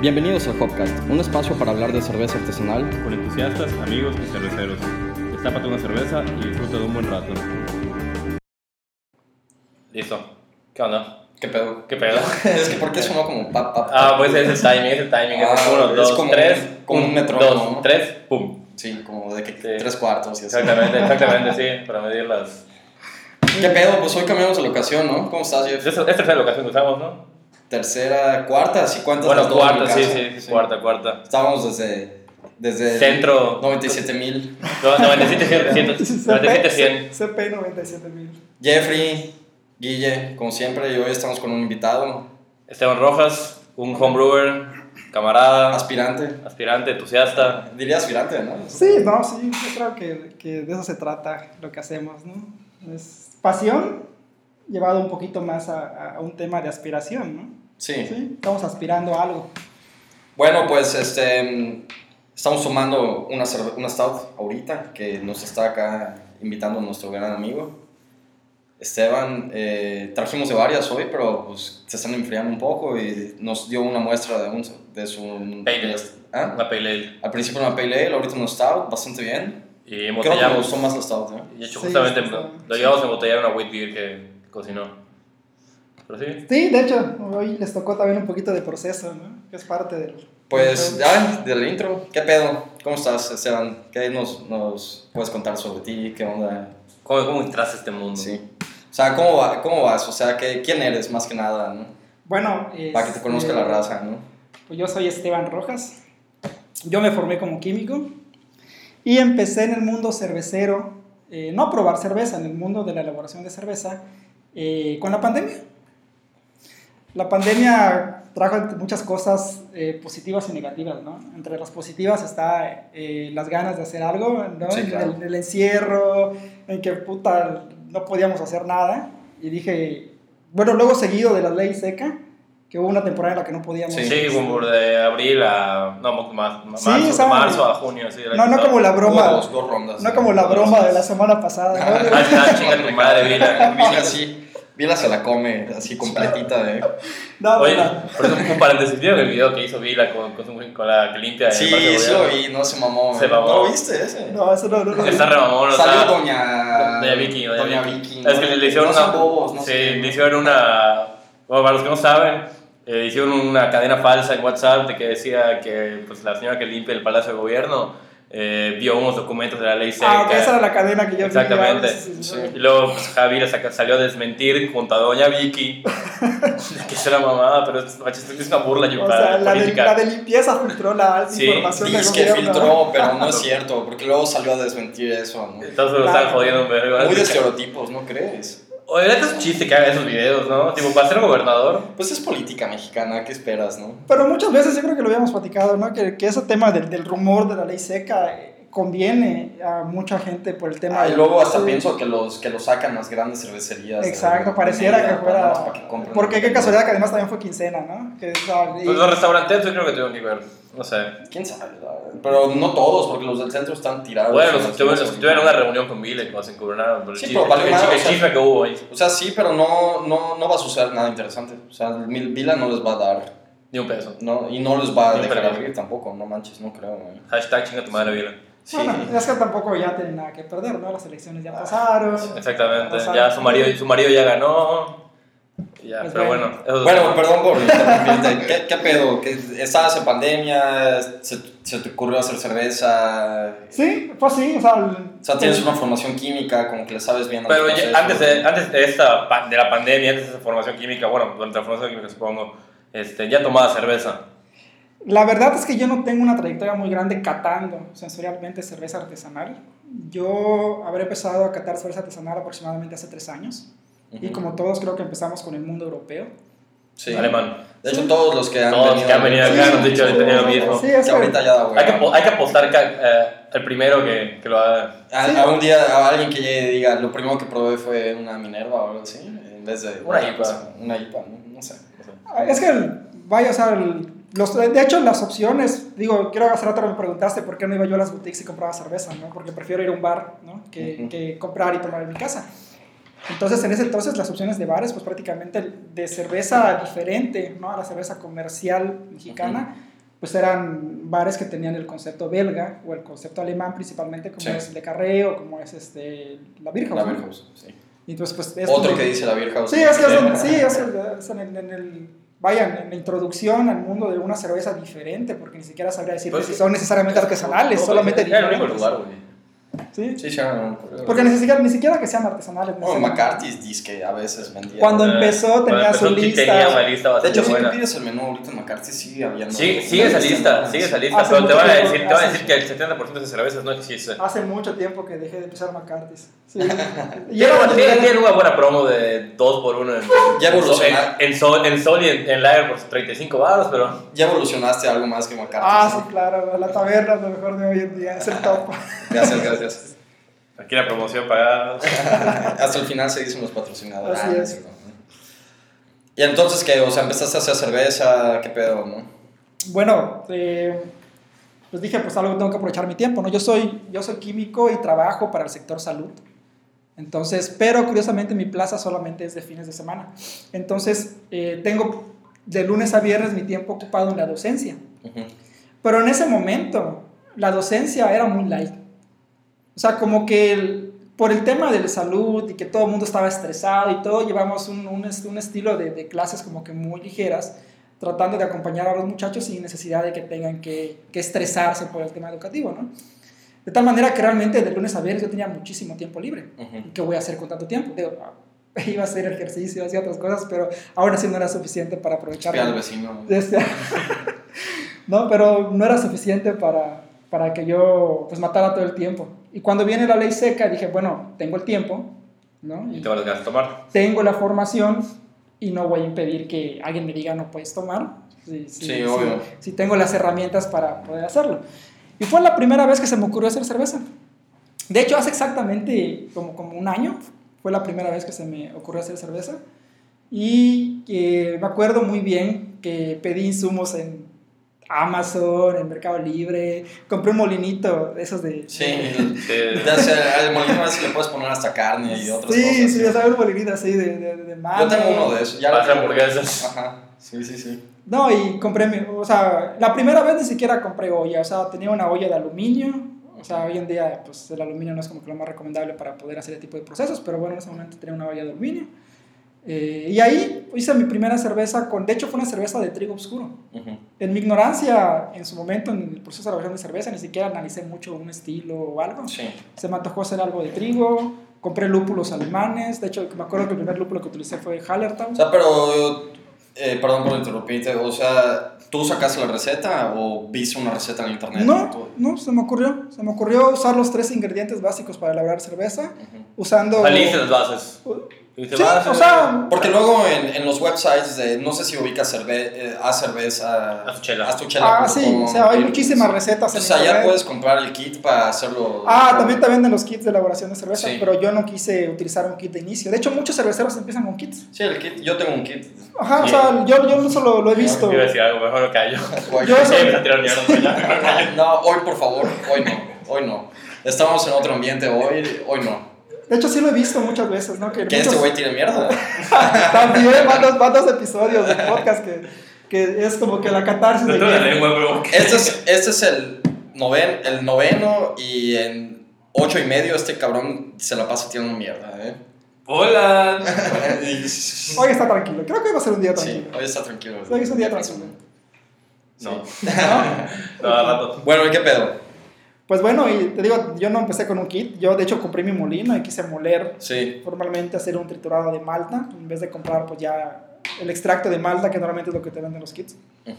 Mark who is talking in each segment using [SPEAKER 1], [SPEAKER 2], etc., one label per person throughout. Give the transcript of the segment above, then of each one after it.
[SPEAKER 1] Bienvenidos a Hopcast, un espacio para hablar de cerveza artesanal.
[SPEAKER 2] con entusiastas, amigos y cerveceros. Destápate una cerveza y disfruta de un buen rato. Listo. ¿Qué onda?
[SPEAKER 1] ¿Qué pedo?
[SPEAKER 2] ¿Qué pedo?
[SPEAKER 1] es que porque sonó como pap, pap.
[SPEAKER 2] Ah, pues ese es el timing, ese es el timing.
[SPEAKER 1] Ah,
[SPEAKER 2] es uno,
[SPEAKER 1] es
[SPEAKER 2] dos,
[SPEAKER 1] como
[SPEAKER 2] tres.
[SPEAKER 1] un- como un
[SPEAKER 2] un,
[SPEAKER 1] metrónomo,
[SPEAKER 2] Dos,
[SPEAKER 1] ¿no?
[SPEAKER 2] tres, pum.
[SPEAKER 1] Sí, como de que
[SPEAKER 2] Sí.
[SPEAKER 1] tres cuartos y así.
[SPEAKER 2] Exactamente, exactamente, sí, para medir las...
[SPEAKER 1] ¿Qué pedo? Pues hoy cambiamos de locación, ¿no? ¿Cómo estás,
[SPEAKER 2] Es
[SPEAKER 1] Jeff?
[SPEAKER 2] es tercera locación que usamos, ¿no?
[SPEAKER 1] Tercera, cuarta, sí, cuántas
[SPEAKER 2] Bueno,
[SPEAKER 1] las dos en mi
[SPEAKER 2] cuarta, sí,
[SPEAKER 1] casa?
[SPEAKER 2] sí, sí, cuarta, cuarta.
[SPEAKER 1] Estábamos desde. desde el
[SPEAKER 2] Centro.
[SPEAKER 1] 97 mil.
[SPEAKER 2] No, 97, 100, 97, 100.
[SPEAKER 3] CP 97000.
[SPEAKER 1] Jeffrey, Guille, como siempre, y hoy estamos con un invitado,
[SPEAKER 2] Esteban Rojas, un homebrewer, camarada,
[SPEAKER 1] aspirante.
[SPEAKER 2] aspirante, entusiasta.
[SPEAKER 1] Diría aspirante, ¿no?
[SPEAKER 3] Sí, no, sí, yo creo que, que de eso se trata lo que hacemos, ¿no? Es pasión llevado un poquito más a, a un tema de aspiración, ¿no?
[SPEAKER 1] Sí.
[SPEAKER 3] Sí, estamos aspirando a algo.
[SPEAKER 1] Bueno, pues este, mm, estamos tomando una, cerve- una stout ahorita que nos está acá invitando nuestro gran amigo. Esteban, eh, trajimos de varias hoy, pero pues se están enfriando un poco y nos dio una muestra de, un, de su...
[SPEAKER 2] Pale ale.
[SPEAKER 1] ¿Ah?
[SPEAKER 2] Una pale ale.
[SPEAKER 1] Al principio una pale ale, ahorita una stout, bastante bien.
[SPEAKER 2] Y
[SPEAKER 1] Creo que me
[SPEAKER 2] embotellamos.
[SPEAKER 1] gustó más la stout, ¿eh?
[SPEAKER 2] Y de hecho,
[SPEAKER 3] Sí,
[SPEAKER 2] justamente
[SPEAKER 3] sí, sí.
[SPEAKER 2] lo llevamos a embotellar una wheat beer que cocinó. Pero sí.
[SPEAKER 3] Sí, de hecho, hoy les tocó también un poquito de proceso, ¿no? Que es parte del...
[SPEAKER 1] Pues
[SPEAKER 3] del-
[SPEAKER 1] ya, del intro, ¿qué pedo? ¿Cómo estás, Esteban? ¿Qué nos, nos puedes contar sobre ti? ¿Qué onda?
[SPEAKER 2] ¿Cómo, cómo entraste a este mundo?
[SPEAKER 1] Sí. O sea, ¿cómo, va- cómo vas? O sea, ¿qué, ¿quién eres más que nada? ¿no?
[SPEAKER 3] Bueno... es-
[SPEAKER 1] Para que te conozca la
[SPEAKER 3] eh,
[SPEAKER 1] raza, ¿no?
[SPEAKER 3] Pues yo soy Esteban Rojas. Yo me formé como químico y empecé en el mundo cervecero, eh, no a probar cerveza, en el mundo de la elaboración de cerveza, eh, con la pandemia. La pandemia trajo muchas cosas eh, positivas y negativas, ¿no? Entre las positivas está eh, las ganas de hacer algo, ¿no?
[SPEAKER 1] Sí, claro.
[SPEAKER 3] el, el encierro, en que puta no podíamos hacer nada. Y dije, bueno, luego seguido de la ley seca, que hubo una temporada en la que no podíamos...
[SPEAKER 1] Sí.
[SPEAKER 2] Sí, como de abril a. No, mo- ma- ma-
[SPEAKER 3] Sí,
[SPEAKER 2] marzo,
[SPEAKER 3] sabe.
[SPEAKER 2] marzo a junio. Sí,
[SPEAKER 3] No, no como la broma.
[SPEAKER 1] Hubo dos, dos rondas.
[SPEAKER 3] No como la broma de la semana pasada, ¿no?
[SPEAKER 2] Ah, está, chinga tu madre, Vila.
[SPEAKER 1] Vila así, Vila se la come así completita, ¿eh?
[SPEAKER 3] No,
[SPEAKER 2] Oye,
[SPEAKER 3] no,
[SPEAKER 2] por eso un paréntesis, ¿vieron el video que hizo Vila con, con, su- con la que limpia? el Parque
[SPEAKER 1] Sí,
[SPEAKER 2] Boreal?
[SPEAKER 1] sí lo vi, no se mamó.
[SPEAKER 2] Se
[SPEAKER 1] ¿eh?
[SPEAKER 2] mamó.
[SPEAKER 1] ¿No viste ese?
[SPEAKER 3] no, eso no, no, no.
[SPEAKER 2] Está re mamón, o sea.
[SPEAKER 1] Salió doña...
[SPEAKER 2] Doña Vicky, doña,
[SPEAKER 1] Vicky.
[SPEAKER 2] Es que le, le hicieron
[SPEAKER 1] no
[SPEAKER 2] una.
[SPEAKER 1] son bobos, no
[SPEAKER 2] sí,
[SPEAKER 1] sé qué.
[SPEAKER 2] le hicieron una. Bueno, para los que no saben, eh, hicieron una cadena falsa en WhatsApp de que decía que pues, la señora que limpia el Palacio de Gobierno eh, vio unos documentos de la ley seca.
[SPEAKER 3] Ah, ok, esa era la cadena que yo vi,
[SPEAKER 2] Exactamente.
[SPEAKER 3] ah, sí, sí, sí.
[SPEAKER 1] Sí.
[SPEAKER 2] Y luego pues, Javi la saca- salió a desmentir junto a Doña Vicky. que es una mamada, pero es, es una burla yo,
[SPEAKER 3] O
[SPEAKER 2] para
[SPEAKER 3] sea, la de,
[SPEAKER 2] política.
[SPEAKER 3] la de limpieza filtró la alta
[SPEAKER 2] Sí,
[SPEAKER 3] información del
[SPEAKER 1] Dice que
[SPEAKER 3] gobierno.
[SPEAKER 1] filtró, pero no es cierto, porque luego salió a desmentir eso, ¿no?
[SPEAKER 2] Entonces lo están
[SPEAKER 3] Claro.
[SPEAKER 2] jodiendo, pero
[SPEAKER 1] Muy de estereotipos, ¿no crees?
[SPEAKER 2] Oye, neta es un chiste que haga esos videos, ¿no? Tipo, para ser gobernador.
[SPEAKER 1] Pues es política mexicana, ¿qué esperas, no?
[SPEAKER 3] Pero muchas veces yo creo que lo habíamos platicado, ¿no? Que, que ese tema del, del rumor de la ley seca eh, conviene a mucha gente por el tema...
[SPEAKER 1] Ah, y
[SPEAKER 3] del-
[SPEAKER 1] luego hasta
[SPEAKER 3] sí.
[SPEAKER 1] pienso que los que los sacan las grandes cervecerías.
[SPEAKER 3] Exacto,
[SPEAKER 1] de-
[SPEAKER 3] pareciera que
[SPEAKER 1] de- nada más
[SPEAKER 3] fuera...
[SPEAKER 1] para que compren.
[SPEAKER 3] Porque qué casualidad que además también fue quincena, ¿no? Que, o sea, y-
[SPEAKER 2] Pues los restaurantes yo creo que tuvieron que ver. No sé.
[SPEAKER 1] ¿Quién sabe? la verdad? Pero no todos, porque los del centro están tirados.
[SPEAKER 2] Bueno,
[SPEAKER 1] Ah, Sí,
[SPEAKER 2] los que tuvieron, los
[SPEAKER 1] sí.
[SPEAKER 2] que tuvieron una reunión con Vile cuando se encubronaron. por el
[SPEAKER 1] Sí,
[SPEAKER 2] chisme-
[SPEAKER 1] pero valió
[SPEAKER 2] el
[SPEAKER 1] nada,
[SPEAKER 2] chisme-
[SPEAKER 1] o sea-
[SPEAKER 2] el chisme que hubo ahí.
[SPEAKER 1] O sea, sí, pero no, no, no va a suceder nada interesante. O sea, Mil Vila no les va a dar.
[SPEAKER 2] Ni un peso.
[SPEAKER 1] No, y no les va a
[SPEAKER 2] Ni
[SPEAKER 1] dejar
[SPEAKER 2] permiso.
[SPEAKER 1] abrir tampoco, no manches, no creo. güey.
[SPEAKER 2] Hashtag chinga tu madre, Vila.
[SPEAKER 1] Sí.
[SPEAKER 3] Bueno, es que tampoco ya tienen nada que perder, ¿no? Las elecciones
[SPEAKER 1] Ah,
[SPEAKER 3] ya pasaron.
[SPEAKER 2] Exactamente.
[SPEAKER 3] O sea,
[SPEAKER 2] ya su marido, su marido ya ganó. Ya,
[SPEAKER 3] Pues
[SPEAKER 2] pero bueno.
[SPEAKER 3] bueno.
[SPEAKER 2] eso-
[SPEAKER 1] Bueno, perdón por interrumpirte. ¿Qué, qué pedo? ¿Qué- ¿Estabas en pandemia? ¿Se, se te ocurrió hacer cerveza?
[SPEAKER 3] Sí, pues sí, o sea... el-
[SPEAKER 1] O sea, tienes una formación química, como que le sabes bien. al
[SPEAKER 2] Pero ya-
[SPEAKER 1] proceso.
[SPEAKER 2] antes, de, antes de esta pa- de la pandemia, antes de esa formación química, bueno, durante la formación química supongo, este, ya tomaba cerveza.
[SPEAKER 3] La verdad es que yo no tengo una trayectoria muy grande catando sensorialmente cerveza artesanal. Yo habré empezado a catar cerveza artesanal aproximadamente hace tres años. Y
[SPEAKER 1] Ujú.
[SPEAKER 3] como todos, creo que empezamos con el mundo europeo.
[SPEAKER 1] Sí.
[SPEAKER 2] Alemán.
[SPEAKER 1] De hecho, todos los que han
[SPEAKER 2] Todos
[SPEAKER 1] venido,
[SPEAKER 2] que han venido acá nos han dicho
[SPEAKER 1] que
[SPEAKER 2] lo mismo.
[SPEAKER 3] Sí, es que-
[SPEAKER 1] ahorita ya da hueva.
[SPEAKER 2] Hay que, po- hay que apostar ca- eh, al primero que, que lo haga.
[SPEAKER 1] a,
[SPEAKER 3] Sí.
[SPEAKER 1] a un día, a alguien que llegue y diga, lo primero que probé fue una Minerva o algo así, eh, en vez de...
[SPEAKER 2] Una IPA.
[SPEAKER 1] Una IPA, no, no sé.
[SPEAKER 2] No sé.
[SPEAKER 3] Es que, el- vaya, o sea, el- los, de hecho, las opciones, digo, quiero hacer rato me preguntaste por qué no iba yo a las boutiques y compraba cerveza, ¿no? Porque prefiero ir a un bar, ¿no? Que,
[SPEAKER 1] Ujú.
[SPEAKER 3] que comprar y tomar en mi casa. Entonces, en ese entonces, las opciones de bares, pues prácticamente de cerveza diferente, ¿no? A la cerveza comercial mexicana, pues eran bares que tenían el concepto belga o el concepto alemán principalmente, como
[SPEAKER 1] Sí.
[SPEAKER 3] es Le Carré o como es este, la Birka.
[SPEAKER 1] La Beer House, sí.
[SPEAKER 3] Y entonces, pues, es
[SPEAKER 1] Otro
[SPEAKER 3] donde-
[SPEAKER 1] que dice la Beer House.
[SPEAKER 3] Sí, es que es donde-
[SPEAKER 1] Ajá.
[SPEAKER 3] sí, es el- es en, el- en el- vayan, en la introducción al mundo de una cerveza diferente, porque ni siquiera sabría decir
[SPEAKER 2] Pues
[SPEAKER 3] que
[SPEAKER 2] sí.
[SPEAKER 3] son necesariamente artesanales,
[SPEAKER 2] No,
[SPEAKER 3] solamente
[SPEAKER 2] Era el único
[SPEAKER 3] diferentes.
[SPEAKER 2] lugar, güey.
[SPEAKER 3] Sí.
[SPEAKER 1] Sí, se llama, no,
[SPEAKER 3] Porque ni siquiera, ni siquiera que sean artesanales.
[SPEAKER 1] Bueno,
[SPEAKER 3] necesariamente.
[SPEAKER 1] McCarthy's dice que a veces vendía.
[SPEAKER 3] Cuando
[SPEAKER 2] Eh,
[SPEAKER 3] empezó,
[SPEAKER 2] cuando
[SPEAKER 3] tenía
[SPEAKER 2] empezó,
[SPEAKER 3] su
[SPEAKER 2] sí
[SPEAKER 3] lista.
[SPEAKER 2] Tenía una lista
[SPEAKER 1] De
[SPEAKER 2] bastante
[SPEAKER 1] hecho, si tú
[SPEAKER 2] buena.
[SPEAKER 1] pides el menú ahorita en McCarthy's, sigue habiendo.
[SPEAKER 2] Sí, sigue
[SPEAKER 1] sigue
[SPEAKER 2] esa lista, sigue esa lista,
[SPEAKER 3] Hace
[SPEAKER 2] pero te
[SPEAKER 3] mucho
[SPEAKER 2] van a
[SPEAKER 3] tiempo,
[SPEAKER 2] decir, te van a
[SPEAKER 3] hace- Ah,
[SPEAKER 2] decir que el 70% de cervezas no existe.
[SPEAKER 3] Hace mucho tiempo que dejé de pisar McCarthy's. Sí. y
[SPEAKER 2] Tienen
[SPEAKER 3] era
[SPEAKER 2] una-
[SPEAKER 3] cuando
[SPEAKER 2] Tienen tienen
[SPEAKER 3] tenía-
[SPEAKER 2] una buena promo de 2x1 en,
[SPEAKER 1] Ya
[SPEAKER 2] en, Sol-
[SPEAKER 1] evolucionaron.
[SPEAKER 2] en, en Sol, en Sol y en, en Lager por 35 baros, pero
[SPEAKER 1] Ya evolucionaste a algo más que
[SPEAKER 3] Ah,
[SPEAKER 1] McCarthy's.
[SPEAKER 3] sí, claro, la taberna es lo mejor de hoy en día, es el top.
[SPEAKER 1] Gracias, gracias.
[SPEAKER 2] aquí la promoción pagada.
[SPEAKER 1] Hasta el final se dicen los patrocinadores.
[SPEAKER 3] Así
[SPEAKER 1] Ah, no
[SPEAKER 3] es.
[SPEAKER 1] cierto. Y entonces, ¿qué? O sea, empezaste a hacer cerveza, ¿qué pedo, no?
[SPEAKER 3] Bueno, eh, pues dije, pues algo tengo que aprovechar mi tiempo, ¿no? Yo soy, yo soy químico y trabajo para el sector salud. Entonces, pero curiosamente mi plaza solamente es de fines de semana. Entonces, eh, tengo de lunes a viernes mi tiempo ocupado en la docencia.
[SPEAKER 1] Ujú.
[SPEAKER 3] Pero en ese momento, la docencia era muy light. O sea, como que el- por el tema de la salud y que todo el mundo estaba estresado y todo, llevamos un, un est- un estilo de, de clases como que muy ligeras, tratando de acompañar a los muchachos sin necesidad de que tengan que, que estresarse por el tema educativo, ¿no? De tal manera que realmente de lunes a viernes yo tenía muchísimo tiempo libre.
[SPEAKER 1] Ujú.
[SPEAKER 3] ¿qué voy a hacer con tanto tiempo? Digo, ah, iba a hacer ejercicio, hacía otras cosas, pero ahora sí no era suficiente para aprovechar.
[SPEAKER 1] Espía al vecino.
[SPEAKER 3] Este- no, pero no era suficiente para, para que yo pues matara todo el tiempo. Y cuando viene la ley seca, dije, bueno, tengo el tiempo, ¿no?
[SPEAKER 2] Y
[SPEAKER 3] Y
[SPEAKER 2] te vas a tomar.
[SPEAKER 3] tengo la formación y no voy a impedir que alguien me diga no puedes tomar. Si, si-
[SPEAKER 1] Sí, obvio.
[SPEAKER 3] si- si tengo las herramientas para poder hacerlo. Y fue la primera vez que se me ocurrió hacer cerveza. De hecho, hace exactamente como, como un año fue la primera vez que se me ocurrió hacer cerveza. Y que me acuerdo muy bien que pedí insumos en Amazon, en Mercado Libre, compré un molinito de esos de...
[SPEAKER 1] Sí, el-
[SPEAKER 2] Te-
[SPEAKER 1] de hacer- al molino a veces le puedes poner hasta carne y otras
[SPEAKER 3] sí,
[SPEAKER 1] cosas.
[SPEAKER 3] sí, ya sabes, un molinito así de, de, de
[SPEAKER 1] Yo
[SPEAKER 3] mano.
[SPEAKER 1] tengo uno de esos. Ya
[SPEAKER 2] Para
[SPEAKER 1] lo
[SPEAKER 2] hacer
[SPEAKER 1] tengo.
[SPEAKER 2] hamburguesas.
[SPEAKER 1] Ajá. Sí, sí, sí.
[SPEAKER 3] No, y compré, mi- o sea, la primera vez ni siquiera compré olla, o sea, tenía una olla de aluminio, o sea, hoy en día, pues el aluminio no es como que lo más recomendable para poder hacer este tipo de procesos, pero bueno, en ese momento tenía una olla de aluminio. Eh, y ahí hice mi primera cerveza con, de hecho fue una cerveza de trigo oscuro.
[SPEAKER 1] Ujú.
[SPEAKER 3] En mi ignorancia, en su momento, en el proceso de elaboración de cerveza, ni siquiera analicé mucho un estilo o algo.
[SPEAKER 1] Sí.
[SPEAKER 3] Se me antojó hacer algo de trigo, compré lúpulos alemanes, de hecho, me acuerdo que el primer lúpulo que utilicé fue Hallertau.
[SPEAKER 1] O sea, pero. eh, perdón por interrumpirte. O sea, ¿tú sacaste la receta o viste una receta en internet?
[SPEAKER 3] No,
[SPEAKER 1] Tú-
[SPEAKER 3] no, se me ocurrió. Se me ocurrió usar los tres ingredientes básicos para elaborar cerveza,
[SPEAKER 1] Ujú.
[SPEAKER 3] usando...
[SPEAKER 2] Saliste las bases.
[SPEAKER 3] Sí,
[SPEAKER 2] Y te vas,
[SPEAKER 3] o sea...
[SPEAKER 1] Porque luego en, en los websites de, no sé si ubicas cerve eh, a cerveza,
[SPEAKER 2] Haz tu chela.
[SPEAKER 3] Ah, sí, o sea, hay muchísimas recetas en
[SPEAKER 1] Entonces pues, allá
[SPEAKER 3] internet.
[SPEAKER 1] puedes comprar el kit para hacerlo.
[SPEAKER 3] Ah, también te venden los kits de elaboración de cerveza,
[SPEAKER 1] Sí.
[SPEAKER 3] pero yo no quise utilizar un kit de inicio. De hecho, muchos cerveceros empiezan con kits.
[SPEAKER 1] Sí, el kit, yo tengo un kit.
[SPEAKER 3] Ajá, o
[SPEAKER 2] Sí.
[SPEAKER 3] sea, yo, yo eso lo, lo he visto.
[SPEAKER 2] Iba a decir algo, mejor no callo.
[SPEAKER 3] Yo
[SPEAKER 2] Sí,
[SPEAKER 3] soy-
[SPEAKER 2] me la tiraron mierda, ya.
[SPEAKER 1] No, hoy por favor, hoy no, hoy no. Estamos en otro ambiente hoy, hoy no.
[SPEAKER 3] De hecho, sí lo he visto muchas veces, ¿no? Que
[SPEAKER 1] Que
[SPEAKER 3] muchos-
[SPEAKER 1] este güey tire mierda.
[SPEAKER 3] También van dos, van dos episodios de podcast que, que es como que la catarsis
[SPEAKER 2] No
[SPEAKER 3] de
[SPEAKER 2] tengo la
[SPEAKER 3] que-
[SPEAKER 2] lengua, bro.
[SPEAKER 1] Este es, este es el, noven, el noveno y en ocho y medio este cabrón se la pasa tirando mierda, ¿eh?
[SPEAKER 2] Hola.
[SPEAKER 1] Y-
[SPEAKER 3] Hoy está tranquilo. Creo que va a ser un día
[SPEAKER 1] Sí,
[SPEAKER 3] tranquilo.
[SPEAKER 1] hoy está tranquilo.
[SPEAKER 3] Hoy es un día tranquilo.
[SPEAKER 2] No,
[SPEAKER 3] ¿No?
[SPEAKER 2] no, al rato.
[SPEAKER 1] Bueno, ¿y qué pedo?
[SPEAKER 3] Pues bueno, y te digo, yo no empecé con un kit, yo de hecho compré mi molino y quise moler eh,
[SPEAKER 1] Sí.
[SPEAKER 3] formalmente hacer un triturado de malta, en vez de comprar pues ya el extracto de malta, que normalmente es lo que te venden los kits.
[SPEAKER 1] Ujú.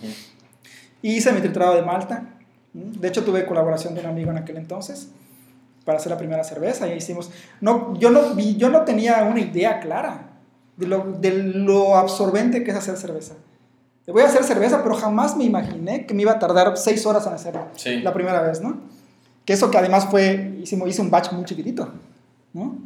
[SPEAKER 3] Y hice mi triturado de malta, ¿m? de hecho tuve colaboración de un amigo en aquel entonces para hacer la primera cerveza y hicimos, no, yo, no vi, yo no tenía una idea clara de lo, de lo absorbente que es hacer cerveza. Te voy a hacer cerveza, pero jamás me imaginé que me iba a tardar seis horas en hacerlo
[SPEAKER 1] Sí.
[SPEAKER 3] la primera vez, ¿no? Que eso que además fue, hicimos, hice un batch muy chiquitito, ¿no?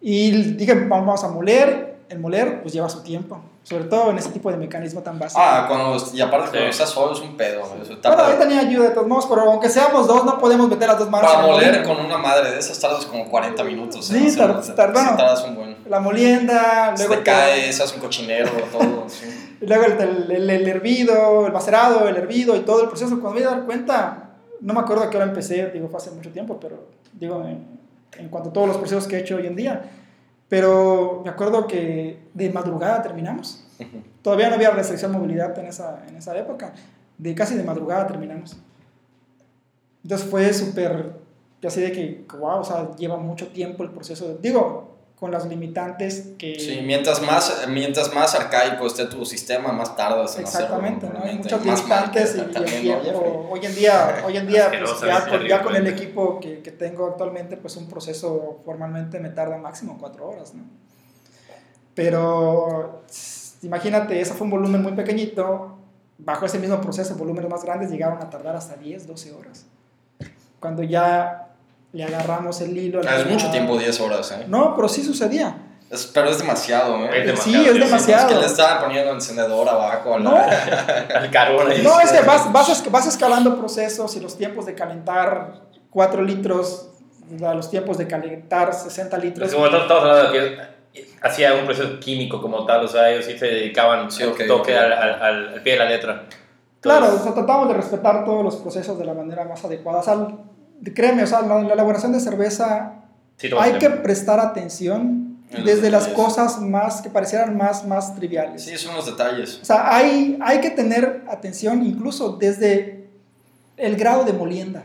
[SPEAKER 3] Y dije, "Vam- vamos a moler, el moler pues lleva su tiempo, sobre todo en ese tipo de mecanismo tan básico.
[SPEAKER 1] Ah, cuando, y aparte cuando
[SPEAKER 2] Sí.
[SPEAKER 1] estás solo es un pedo. güey. O sea,
[SPEAKER 3] bueno, ahí
[SPEAKER 1] tarda-
[SPEAKER 3] tenía ayuda de todos modos, pero aunque seamos dos, no podemos meter las dos manos.
[SPEAKER 1] para
[SPEAKER 3] en el
[SPEAKER 1] moler
[SPEAKER 3] molino.
[SPEAKER 1] con una madre de esas tardas como 40 minutos. ¿eh?
[SPEAKER 3] Sí,
[SPEAKER 1] O sea,
[SPEAKER 3] tar-
[SPEAKER 1] sí
[SPEAKER 3] tar- bueno.
[SPEAKER 1] tardas un buen.
[SPEAKER 3] La molienda,
[SPEAKER 1] Se
[SPEAKER 3] luego
[SPEAKER 1] te cae, se hace un cochinero, todo. sí.
[SPEAKER 3] Y luego el, el- el- el hervido, el macerado, el hervido y todo el proceso. Cuando me di a dar cuenta, no me acuerdo a qué hora empecé, digo, fue hace mucho tiempo, pero digo, en, en cuanto a todos los procesos que he hecho hoy en día. Pero me acuerdo que de madrugada terminamos. Todavía no había restricción de movilidad en esa, en esa época. De casi de madrugada terminamos. Entonces fue súper, así de que, wow, o sea, lleva mucho tiempo el proceso. Digo, con las limitantes que...
[SPEAKER 1] Sí, mientras más, mientras más arcaico esté tu sistema, más tardas en hacerlo,
[SPEAKER 3] Exactamente, ¿no? Hay
[SPEAKER 1] realmente.
[SPEAKER 3] muchas
[SPEAKER 1] Más mal que
[SPEAKER 3] limitantes y,
[SPEAKER 1] también,
[SPEAKER 3] y-
[SPEAKER 1] ¿no,
[SPEAKER 3] y-
[SPEAKER 1] Jeffrey?
[SPEAKER 3] o- hoy en día, hoy en día pues,
[SPEAKER 2] Asqueroso,
[SPEAKER 3] ya,
[SPEAKER 2] sí,
[SPEAKER 3] con, ya con el
[SPEAKER 2] horrible.
[SPEAKER 3] equipo que, que tengo actualmente, pues un proceso formalmente me tarda máximo cuatro horas, ¿no? Pero s- imagínate, ese fue un volumen muy pequeñito, bajo ese mismo proceso, volúmenes más grandes llegaron a tardar hasta 10, 12 horas. Cuando ya le agarramos el hilo... a la-
[SPEAKER 1] Ah, Es mucho tiempo, 10 horas, ¿eh?
[SPEAKER 3] No, pero sí sucedía.
[SPEAKER 1] Es- pero es demasiado, ¿eh?
[SPEAKER 2] Es
[SPEAKER 3] sí,
[SPEAKER 2] demasiado, sí, sí.
[SPEAKER 3] es
[SPEAKER 1] Es que
[SPEAKER 3] demasiado.
[SPEAKER 1] le estaban poniendo encendedor abajo a la-
[SPEAKER 3] No,
[SPEAKER 2] Al carbón ahí.
[SPEAKER 3] No, es que
[SPEAKER 1] Este,
[SPEAKER 3] vas, vas, esca- vas escalando procesos y los tiempos de calentar 4 litros a los tiempos de calentar 60
[SPEAKER 2] Pero
[SPEAKER 3] litros.
[SPEAKER 2] como tal, estamos hablando de que hacía un proceso químico como tal, o sea, ellos sí se dedicaban
[SPEAKER 1] Sí,
[SPEAKER 2] al
[SPEAKER 1] ok,
[SPEAKER 2] toque
[SPEAKER 1] ok.
[SPEAKER 2] Al, al- al- al pie de la letra.
[SPEAKER 3] Claro, o
[SPEAKER 2] Entonces,
[SPEAKER 3] sea, tratamos de respetar todos los procesos de la manera más adecuada. O sea, créeme, o sea, la, la elaboración de cerveza
[SPEAKER 2] sí, toma
[SPEAKER 3] hay
[SPEAKER 2] su
[SPEAKER 3] que
[SPEAKER 2] tiempo.
[SPEAKER 3] prestar atención
[SPEAKER 1] En los
[SPEAKER 3] desde las
[SPEAKER 1] detalles.
[SPEAKER 3] cosas más que parecieran más, más triviales.
[SPEAKER 1] Sí, son los detalles.
[SPEAKER 3] O sea, hay, hay que tener atención incluso desde el grado de molienda.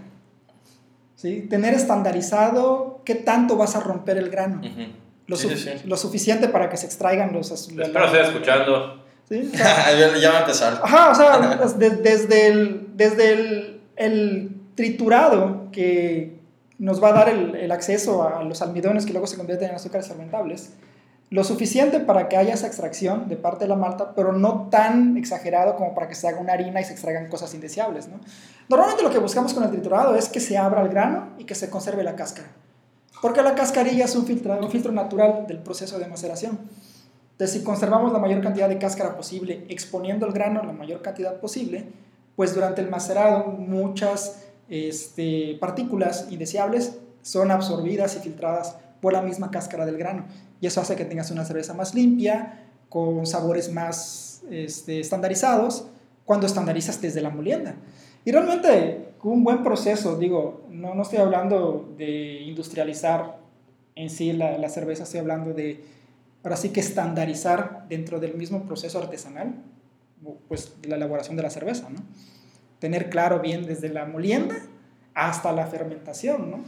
[SPEAKER 3] ¿sí? Tener estandarizado qué tanto vas a romper el grano.
[SPEAKER 1] Ujú.
[SPEAKER 3] Lo,
[SPEAKER 1] Mm. Sí,
[SPEAKER 3] su-
[SPEAKER 1] sí, sí.
[SPEAKER 3] lo suficiente para que se extraigan los... as-
[SPEAKER 2] Te Espero estar escuchando.
[SPEAKER 3] ¿sí? O sea,
[SPEAKER 1] ya, ya va a empezar.
[SPEAKER 3] ajá, o sea, es de- desde, el, desde el, el triturado que nos va a dar el, el acceso a los almidones que luego se convierten en azúcares fermentables, lo suficiente para que haya esa extracción de parte de la malta, pero no tan exagerado como para que se haga una harina y se extraigan cosas indeseables. ¿no? Normalmente lo que buscamos con el triturado es que se abra el grano y que se conserve la cáscara, porque la cascarilla es un filtro, un filtro natural del proceso de maceración. Entonces, si conservamos la mayor cantidad de cáscara posible, exponiendo el grano la mayor cantidad posible, pues durante el macerado muchas este, partículas indeseables son absorbidas y filtradas por la misma cáscara del grano. Y eso hace que tengas una cerveza más limpia, con sabores más este, estandarizados, cuando estandarizas desde la molienda. Y realmente un buen proceso, digo, no, no estoy hablando de industrializar en sí la, la cerveza, estoy hablando de, ahora sí que estandarizar dentro del mismo proceso artesanal, pues la elaboración de la cerveza, ¿no? Tener claro bien desde la molienda hasta la fermentación, ¿no?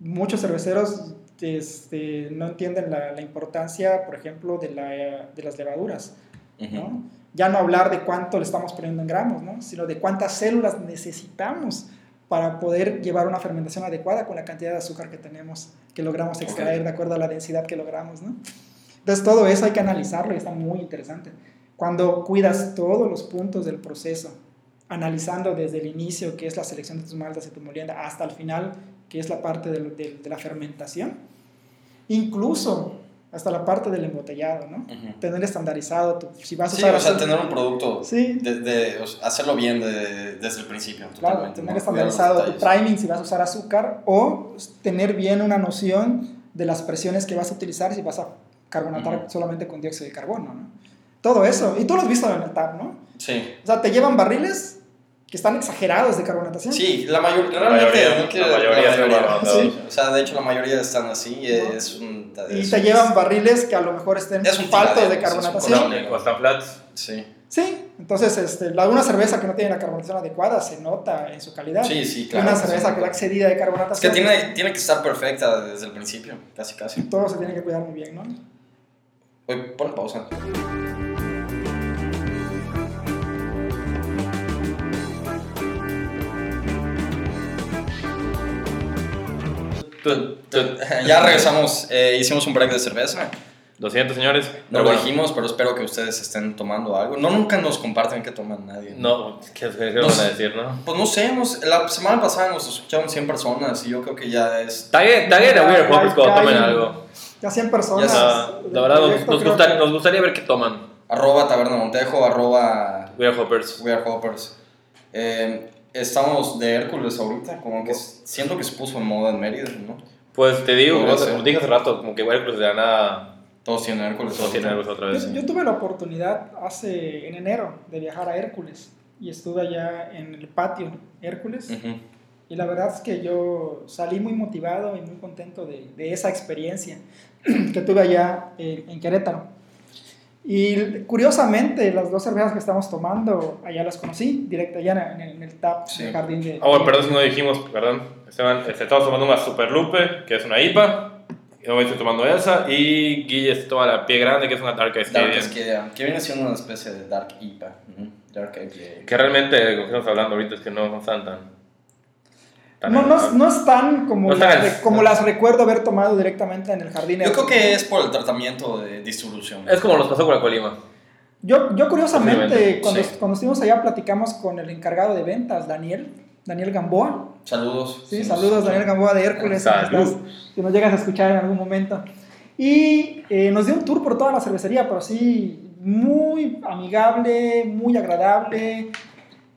[SPEAKER 3] Muchos cerveceros este, no entienden la, la importancia, por ejemplo, de, la- de las levaduras.
[SPEAKER 1] Ujú.
[SPEAKER 3] ¿no? Ya no hablar de cuánto le estamos poniendo en gramos, ¿no? sino de cuántas células necesitamos para poder llevar una fermentación adecuada con la cantidad de azúcar que tenemos, que logramos extraer
[SPEAKER 1] Ok.
[SPEAKER 3] de acuerdo a la densidad que logramos. ¿no? Entonces todo eso hay que analizarlo y está muy interesante. Cuando cuidas todos los puntos del proceso, analizando desde el inicio, que es la selección de tus maltas y tu molienda, hasta el final, que es la parte del- del- de la fermentación, incluso hasta la parte del embotellado, ¿no?
[SPEAKER 1] Ujú.
[SPEAKER 3] tener estandarizado tu- si vas a
[SPEAKER 1] Sí,
[SPEAKER 3] usar
[SPEAKER 1] o sea,
[SPEAKER 3] azúcar-
[SPEAKER 1] tener un producto,
[SPEAKER 3] Sí.
[SPEAKER 1] de, de- o sea, hacerlo bien de- desde el principio.
[SPEAKER 3] claro,
[SPEAKER 1] totalmente,
[SPEAKER 3] tener
[SPEAKER 1] ¿no?
[SPEAKER 3] estandarizado
[SPEAKER 1] Cuidar
[SPEAKER 3] tu
[SPEAKER 1] los
[SPEAKER 3] priming si vas a usar azúcar o tener bien una noción de las presiones que vas a utilizar si vas a carbonatar
[SPEAKER 1] Ujú.
[SPEAKER 3] solamente con dióxido de carbono, ¿no? Todo eso, y tú lo has visto en el TAP, ¿no?
[SPEAKER 1] detalles. Sí,
[SPEAKER 3] O sea, te llevan barriles que están exagerados de carbonatación.
[SPEAKER 1] sí, la, mayor,
[SPEAKER 2] La
[SPEAKER 1] realmente,
[SPEAKER 2] mayoría,
[SPEAKER 1] no
[SPEAKER 2] la
[SPEAKER 1] quiero-
[SPEAKER 2] mayoría son barbados.
[SPEAKER 1] Sí. O sea, de hecho, la mayoría están así.
[SPEAKER 3] No.
[SPEAKER 1] Es un,
[SPEAKER 3] Y
[SPEAKER 1] es-
[SPEAKER 3] te llevan barriles que a lo mejor estén
[SPEAKER 1] Es un
[SPEAKER 3] faltos
[SPEAKER 1] tiradero,
[SPEAKER 3] de
[SPEAKER 1] es un
[SPEAKER 3] carbonatación.
[SPEAKER 1] colón.
[SPEAKER 2] No, O eh, están flats.
[SPEAKER 1] Sí,
[SPEAKER 3] Sí, entonces este, la- una cerveza que no tiene la carbonatación adecuada se nota en su calidad.
[SPEAKER 1] sí, sí,
[SPEAKER 3] Y
[SPEAKER 1] claro.
[SPEAKER 3] una cerveza
[SPEAKER 1] sí.
[SPEAKER 3] que está excedida de carbonatación.
[SPEAKER 1] Es que tiene, tiene que estar perfecta desde el principio, casi, casi.
[SPEAKER 3] Todo se tiene que cuidar muy bien, ¿no?
[SPEAKER 1] Oye, pon pausa.
[SPEAKER 2] Tun, tun.
[SPEAKER 1] Ya regresamos, eh, hicimos un break de cerveza.
[SPEAKER 2] Lo siento, señores.
[SPEAKER 1] No
[SPEAKER 2] pero
[SPEAKER 1] lo
[SPEAKER 2] bueno.
[SPEAKER 1] dijimos, pero espero que ustedes estén tomando algo. No, nunca nos comparten qué toman nadie.
[SPEAKER 2] No, ¿qué, qué
[SPEAKER 1] No
[SPEAKER 2] van a
[SPEAKER 1] sé.
[SPEAKER 2] decir, no?
[SPEAKER 1] Pues no sé, nos- la semana pasada nos escucharon 100 personas y yo creo que ya es...
[SPEAKER 2] Taguen, taguen a Weird Hoppers cuando
[SPEAKER 3] Ya hay-
[SPEAKER 2] tomen algo.
[SPEAKER 3] Ya 100 personas.
[SPEAKER 1] Ya
[SPEAKER 2] Ah,
[SPEAKER 3] del
[SPEAKER 2] la verdad, nos,
[SPEAKER 3] proyecto
[SPEAKER 2] nos
[SPEAKER 3] creo
[SPEAKER 2] gustaría,
[SPEAKER 3] que-
[SPEAKER 2] nos gustaría ver qué toman
[SPEAKER 1] Arroba Taberna Montejo, arroba
[SPEAKER 2] Weird Hoppers.
[SPEAKER 1] We Are Hoppers. Eh, estamos de Hércules ahorita, como que s- siento que se puso en moda en Mérida, ¿no?
[SPEAKER 2] Pues te digo,
[SPEAKER 1] Podría
[SPEAKER 2] como te
[SPEAKER 1] ser.
[SPEAKER 2] como te dije hace rato, como que Weird Hoppers pues, de la nada
[SPEAKER 1] Todos tienen Hércules.
[SPEAKER 2] Todos tienen algo otra vez.
[SPEAKER 3] Yo, yo tuve la oportunidad hace en enero de viajar a Hércules y estuve allá en el patio Hércules
[SPEAKER 1] Ujú.
[SPEAKER 3] y la verdad es que yo salí muy motivado y muy contento de, de esa experiencia que tuve allá en, en Querétaro. Y curiosamente las dos cervezas que estamos tomando allá las conocí directo allá en el, en el tap
[SPEAKER 1] Sí.
[SPEAKER 3] del jardín de.
[SPEAKER 2] Ah, bueno, perdón si no dijimos, perdón. Esteban, este, estamos tomando una Super Lupe, que es una IPA. Yo me estoy tomando esa. Y Guille está tomando la Pie Grande, que es una Dark
[SPEAKER 1] Dark
[SPEAKER 2] Stallion.
[SPEAKER 1] Scadia, que viene siendo una especie de Dark IPA. Ujú. Dark IPA.
[SPEAKER 2] Que realmente, lo que estamos hablando ahorita es que no están tan... tan
[SPEAKER 3] No, no, es- no es tan como,
[SPEAKER 2] No
[SPEAKER 3] las
[SPEAKER 2] tan-
[SPEAKER 3] re- como las recuerdo haber tomado directamente en el jardín.
[SPEAKER 1] Yo creo
[SPEAKER 3] Hércules.
[SPEAKER 1] que es por el tratamiento de distribución.
[SPEAKER 2] Es como nos pasó con la Colima.
[SPEAKER 3] Yo, yo curiosamente,
[SPEAKER 2] Posiblemente,
[SPEAKER 3] cuando,
[SPEAKER 1] sí.
[SPEAKER 3] cuando estuvimos allá, platicamos con el encargado de ventas, Daniel, Daniel Gamboa.
[SPEAKER 1] Saludos.
[SPEAKER 3] Sí,
[SPEAKER 1] Si nos
[SPEAKER 3] saludos,
[SPEAKER 1] escuchan.
[SPEAKER 3] Daniel Gamboa de Hércules. si
[SPEAKER 2] Salud.
[SPEAKER 3] estás- Si nos llegas a escuchar en algún momento. Y eh, nos dio un tour por toda la cervecería, pero sí, muy amigable, muy agradable.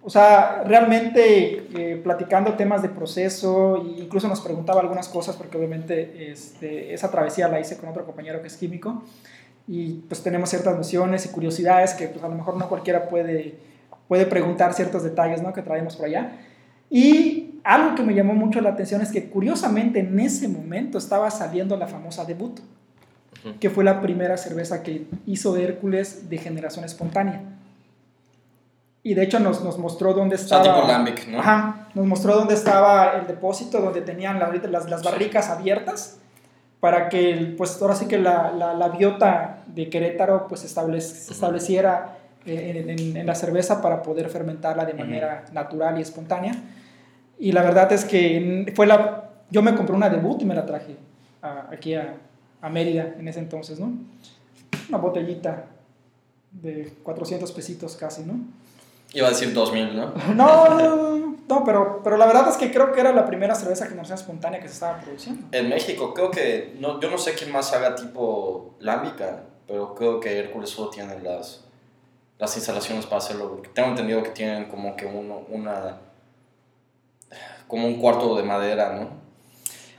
[SPEAKER 3] O sea, realmente eh, platicando temas de proceso, e incluso nos preguntaba algunas cosas, porque obviamente este, esa travesía la hice con otro compañero que es químico, y pues tenemos ciertas nociones y curiosidades que pues, a lo mejor no cualquiera puede, puede preguntar ciertos detalles ¿no? que traemos por allá. Y algo que me llamó mucho la atención es que curiosamente en ese momento estaba saliendo la famosa debut,
[SPEAKER 2] Ujú.
[SPEAKER 3] que fue la primera cerveza que hizo Hércules de generación espontánea. Y de hecho nos, nos mostró dónde
[SPEAKER 1] O sea,
[SPEAKER 3] estaba...
[SPEAKER 1] tipo Lambic, ¿no?
[SPEAKER 3] Ajá, nos mostró dónde estaba el depósito, donde tenían la- ahorita las, las barricas abiertas para que, el- pues ahora sí que la, la- la biota de Querétaro pues establec- se
[SPEAKER 2] Ujú.
[SPEAKER 3] estableciera eh, en, en- en la cerveza para poder fermentarla de
[SPEAKER 1] Ujú.
[SPEAKER 3] manera natural y espontánea. Y la verdad es que fue la... Yo me compré una debut y me la traje a- aquí a, a Mérida en ese entonces, ¿no? Una botellita de 400 pesitos casi, ¿no?
[SPEAKER 1] Iba a decir 2000, ¿no?
[SPEAKER 3] No, no, no, no, pero, pero la verdad es que creo que era la primera cerveza generación espontánea que se estaba produciendo.
[SPEAKER 1] En México, creo que. No, yo no sé quién más haga tipo lámbica, pero creo que Hércules solo tiene las, las instalaciones para hacerlo. Porque tengo entendido que tienen como que uno, una. como un cuarto de madera, ¿no?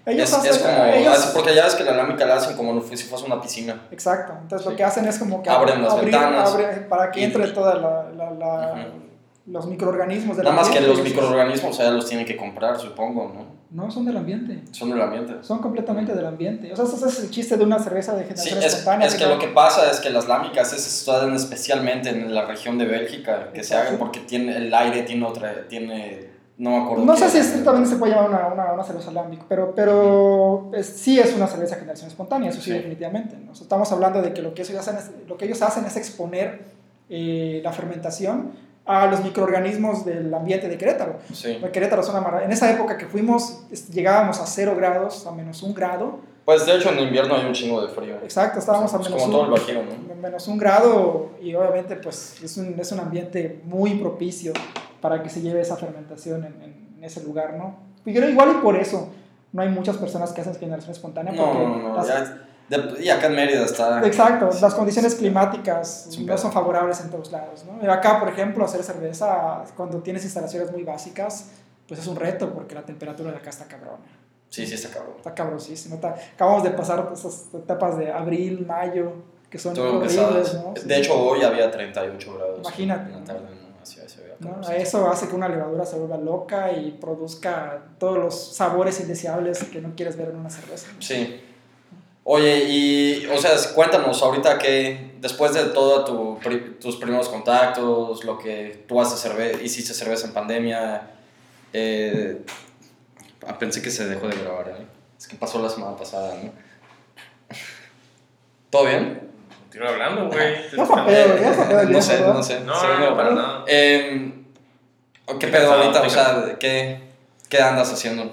[SPEAKER 3] Ellos
[SPEAKER 1] es,
[SPEAKER 3] hacen.
[SPEAKER 1] es como.
[SPEAKER 3] ellos-
[SPEAKER 1] es- porque ya ves que la lámbica la hacen como si fuese una piscina.
[SPEAKER 3] Exacto, entonces lo
[SPEAKER 1] Sí.
[SPEAKER 3] que hacen es como que
[SPEAKER 1] Abren las ventanas. pues-
[SPEAKER 3] para que entre toda la, la- la-
[SPEAKER 1] Ujú.
[SPEAKER 3] los microorganismos del
[SPEAKER 1] Nada más que
[SPEAKER 3] ambiente.
[SPEAKER 1] los microorganismos, o sea, los tienen que comprar, supongo, ¿no?
[SPEAKER 3] No, son del ambiente.
[SPEAKER 1] Son del ambiente.
[SPEAKER 3] Son completamente del ambiente. O sea, ese es el chiste de una cerveza de
[SPEAKER 1] Sí,
[SPEAKER 3] generación
[SPEAKER 1] es,
[SPEAKER 3] espontánea.
[SPEAKER 1] es que lo que pasa es que las lámicas se suceden especialmente en la región de Bélgica, que se
[SPEAKER 3] Exacto.
[SPEAKER 1] hagan porque tiene, el aire tiene otra, tiene, no me acuerdo.
[SPEAKER 3] No
[SPEAKER 1] qué
[SPEAKER 3] sé si
[SPEAKER 1] era.
[SPEAKER 3] estrictamente se puede llamar una, una, una cerveza alámbica, pero, pero es- sí es una cerveza de generación espontánea, eso sí,
[SPEAKER 1] Sí.
[SPEAKER 3] definitivamente. ¿no? O sea, estamos hablando de que lo que ellos hacen es, lo que ellos hacen es exponer eh, la fermentación a los microorganismos del ambiente de Querétaro.
[SPEAKER 1] Sí.
[SPEAKER 3] Querétaro es una maravilla. En esa época que fuimos, es- llegábamos a 0 grados, a menos un grado.
[SPEAKER 1] Pues de hecho en invierno hay un chingo de frío.
[SPEAKER 3] Exacto, estábamos a
[SPEAKER 1] Es
[SPEAKER 3] menos
[SPEAKER 1] pues como
[SPEAKER 3] un
[SPEAKER 1] todo el bajío, ¿no?
[SPEAKER 3] menos un grado y obviamente pues es un, es un ambiente muy propicio para que se lleve esa fermentación en, en- en ese lugar, ¿no? Y yo creo igual y por eso no hay muchas personas que hacen generación espontánea
[SPEAKER 1] No,
[SPEAKER 3] porque
[SPEAKER 1] no, no.
[SPEAKER 3] las-
[SPEAKER 1] ya- de- y acá en Mérida está.
[SPEAKER 3] exacto, las condiciones climáticas
[SPEAKER 1] Es un
[SPEAKER 3] no
[SPEAKER 1] pedo.
[SPEAKER 3] son favorables en todos lados, ¿no? Acá, por ejemplo, hacer cerveza cuando tienes instalaciones muy básicas, pues es un reto porque la temperatura de acá está cabrona.
[SPEAKER 1] Sí, sí, está cabrón.
[SPEAKER 3] Está cabrosísimo. está- acabamos de pasar esas etapas de abril, mayo, que son
[SPEAKER 1] Todo
[SPEAKER 3] horribles,
[SPEAKER 1] pesado.
[SPEAKER 3] ¿no? Sí.
[SPEAKER 1] De hecho hoy había 38 grados.
[SPEAKER 3] Imagínate.
[SPEAKER 1] En la tarde, ¿no? Así, así había
[SPEAKER 3] ¿no?
[SPEAKER 1] calor.
[SPEAKER 3] A Eso hace que una levadura se vuelva loca y produzca todos los sabores indeseables que no quieres ver en una cerveza.
[SPEAKER 1] Sí. Oye, y, o sea, cuéntanos ahorita que después de todo tu, pri- tus primeros contactos, lo que tú haces cerve hiciste cerveza en pandemia, eh, ah, pensé que se dejó de grabar, ¿eh? es que pasó la semana pasada, ¿no? ¿Todo bien?
[SPEAKER 2] Continúa hablando, güey.
[SPEAKER 3] No fue pedo, no fue pedo el
[SPEAKER 1] no
[SPEAKER 3] día,
[SPEAKER 1] sé,
[SPEAKER 3] ¿verdad?
[SPEAKER 1] no sé.
[SPEAKER 2] No,
[SPEAKER 1] según
[SPEAKER 2] no,
[SPEAKER 1] yo.
[SPEAKER 2] para nada.
[SPEAKER 1] Em, ¿Qué
[SPEAKER 2] Estoy
[SPEAKER 1] pedo
[SPEAKER 2] cansado,
[SPEAKER 1] ahorita? O
[SPEAKER 2] estoy
[SPEAKER 1] sea, ¿qué, ¿qué andas haciendo?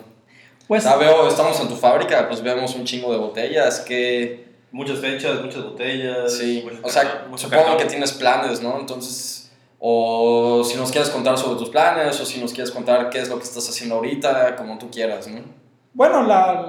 [SPEAKER 3] Pues,
[SPEAKER 1] Ya veo, estamos en tu fábrica, pues vemos un chingo de botellas, que...
[SPEAKER 2] Muchas fechas, muchas botellas.
[SPEAKER 1] Sí, o sea, supongo que tienes planes, ¿no? Entonces, o si nos quieres contar sobre tus planes, o si nos quieres contar qué es lo que estás haciendo ahorita, como tú quieras, ¿no?
[SPEAKER 3] bueno, la,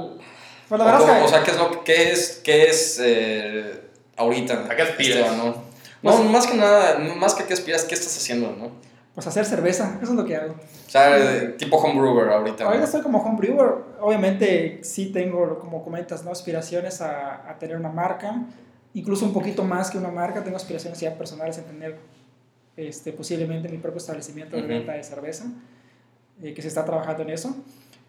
[SPEAKER 3] pues la
[SPEAKER 1] o,
[SPEAKER 3] verdad es
[SPEAKER 1] cómo-
[SPEAKER 3] que
[SPEAKER 1] o sea, ¿qué es, lo, que- qué es, qué es eh, ahorita?
[SPEAKER 2] ¿A qué aspiras?
[SPEAKER 1] Esteban, ¿no? No, más que nada, más que qué aspiras, ¿qué estás haciendo, no? O
[SPEAKER 3] pues hacer cerveza, eso es lo que hago.
[SPEAKER 1] sea, eh, tipo homebrewer ahorita. ¿no?
[SPEAKER 3] Ahorita estoy como homebrewer, obviamente sí tengo, como comentas, ¿no? aspiraciones a, a tener una marca, incluso un poquito más que una marca, tengo aspiraciones ya personales en tener este, posiblemente mi propio establecimiento de
[SPEAKER 1] Ujú.
[SPEAKER 3] venta de cerveza, eh, que se está trabajando en eso.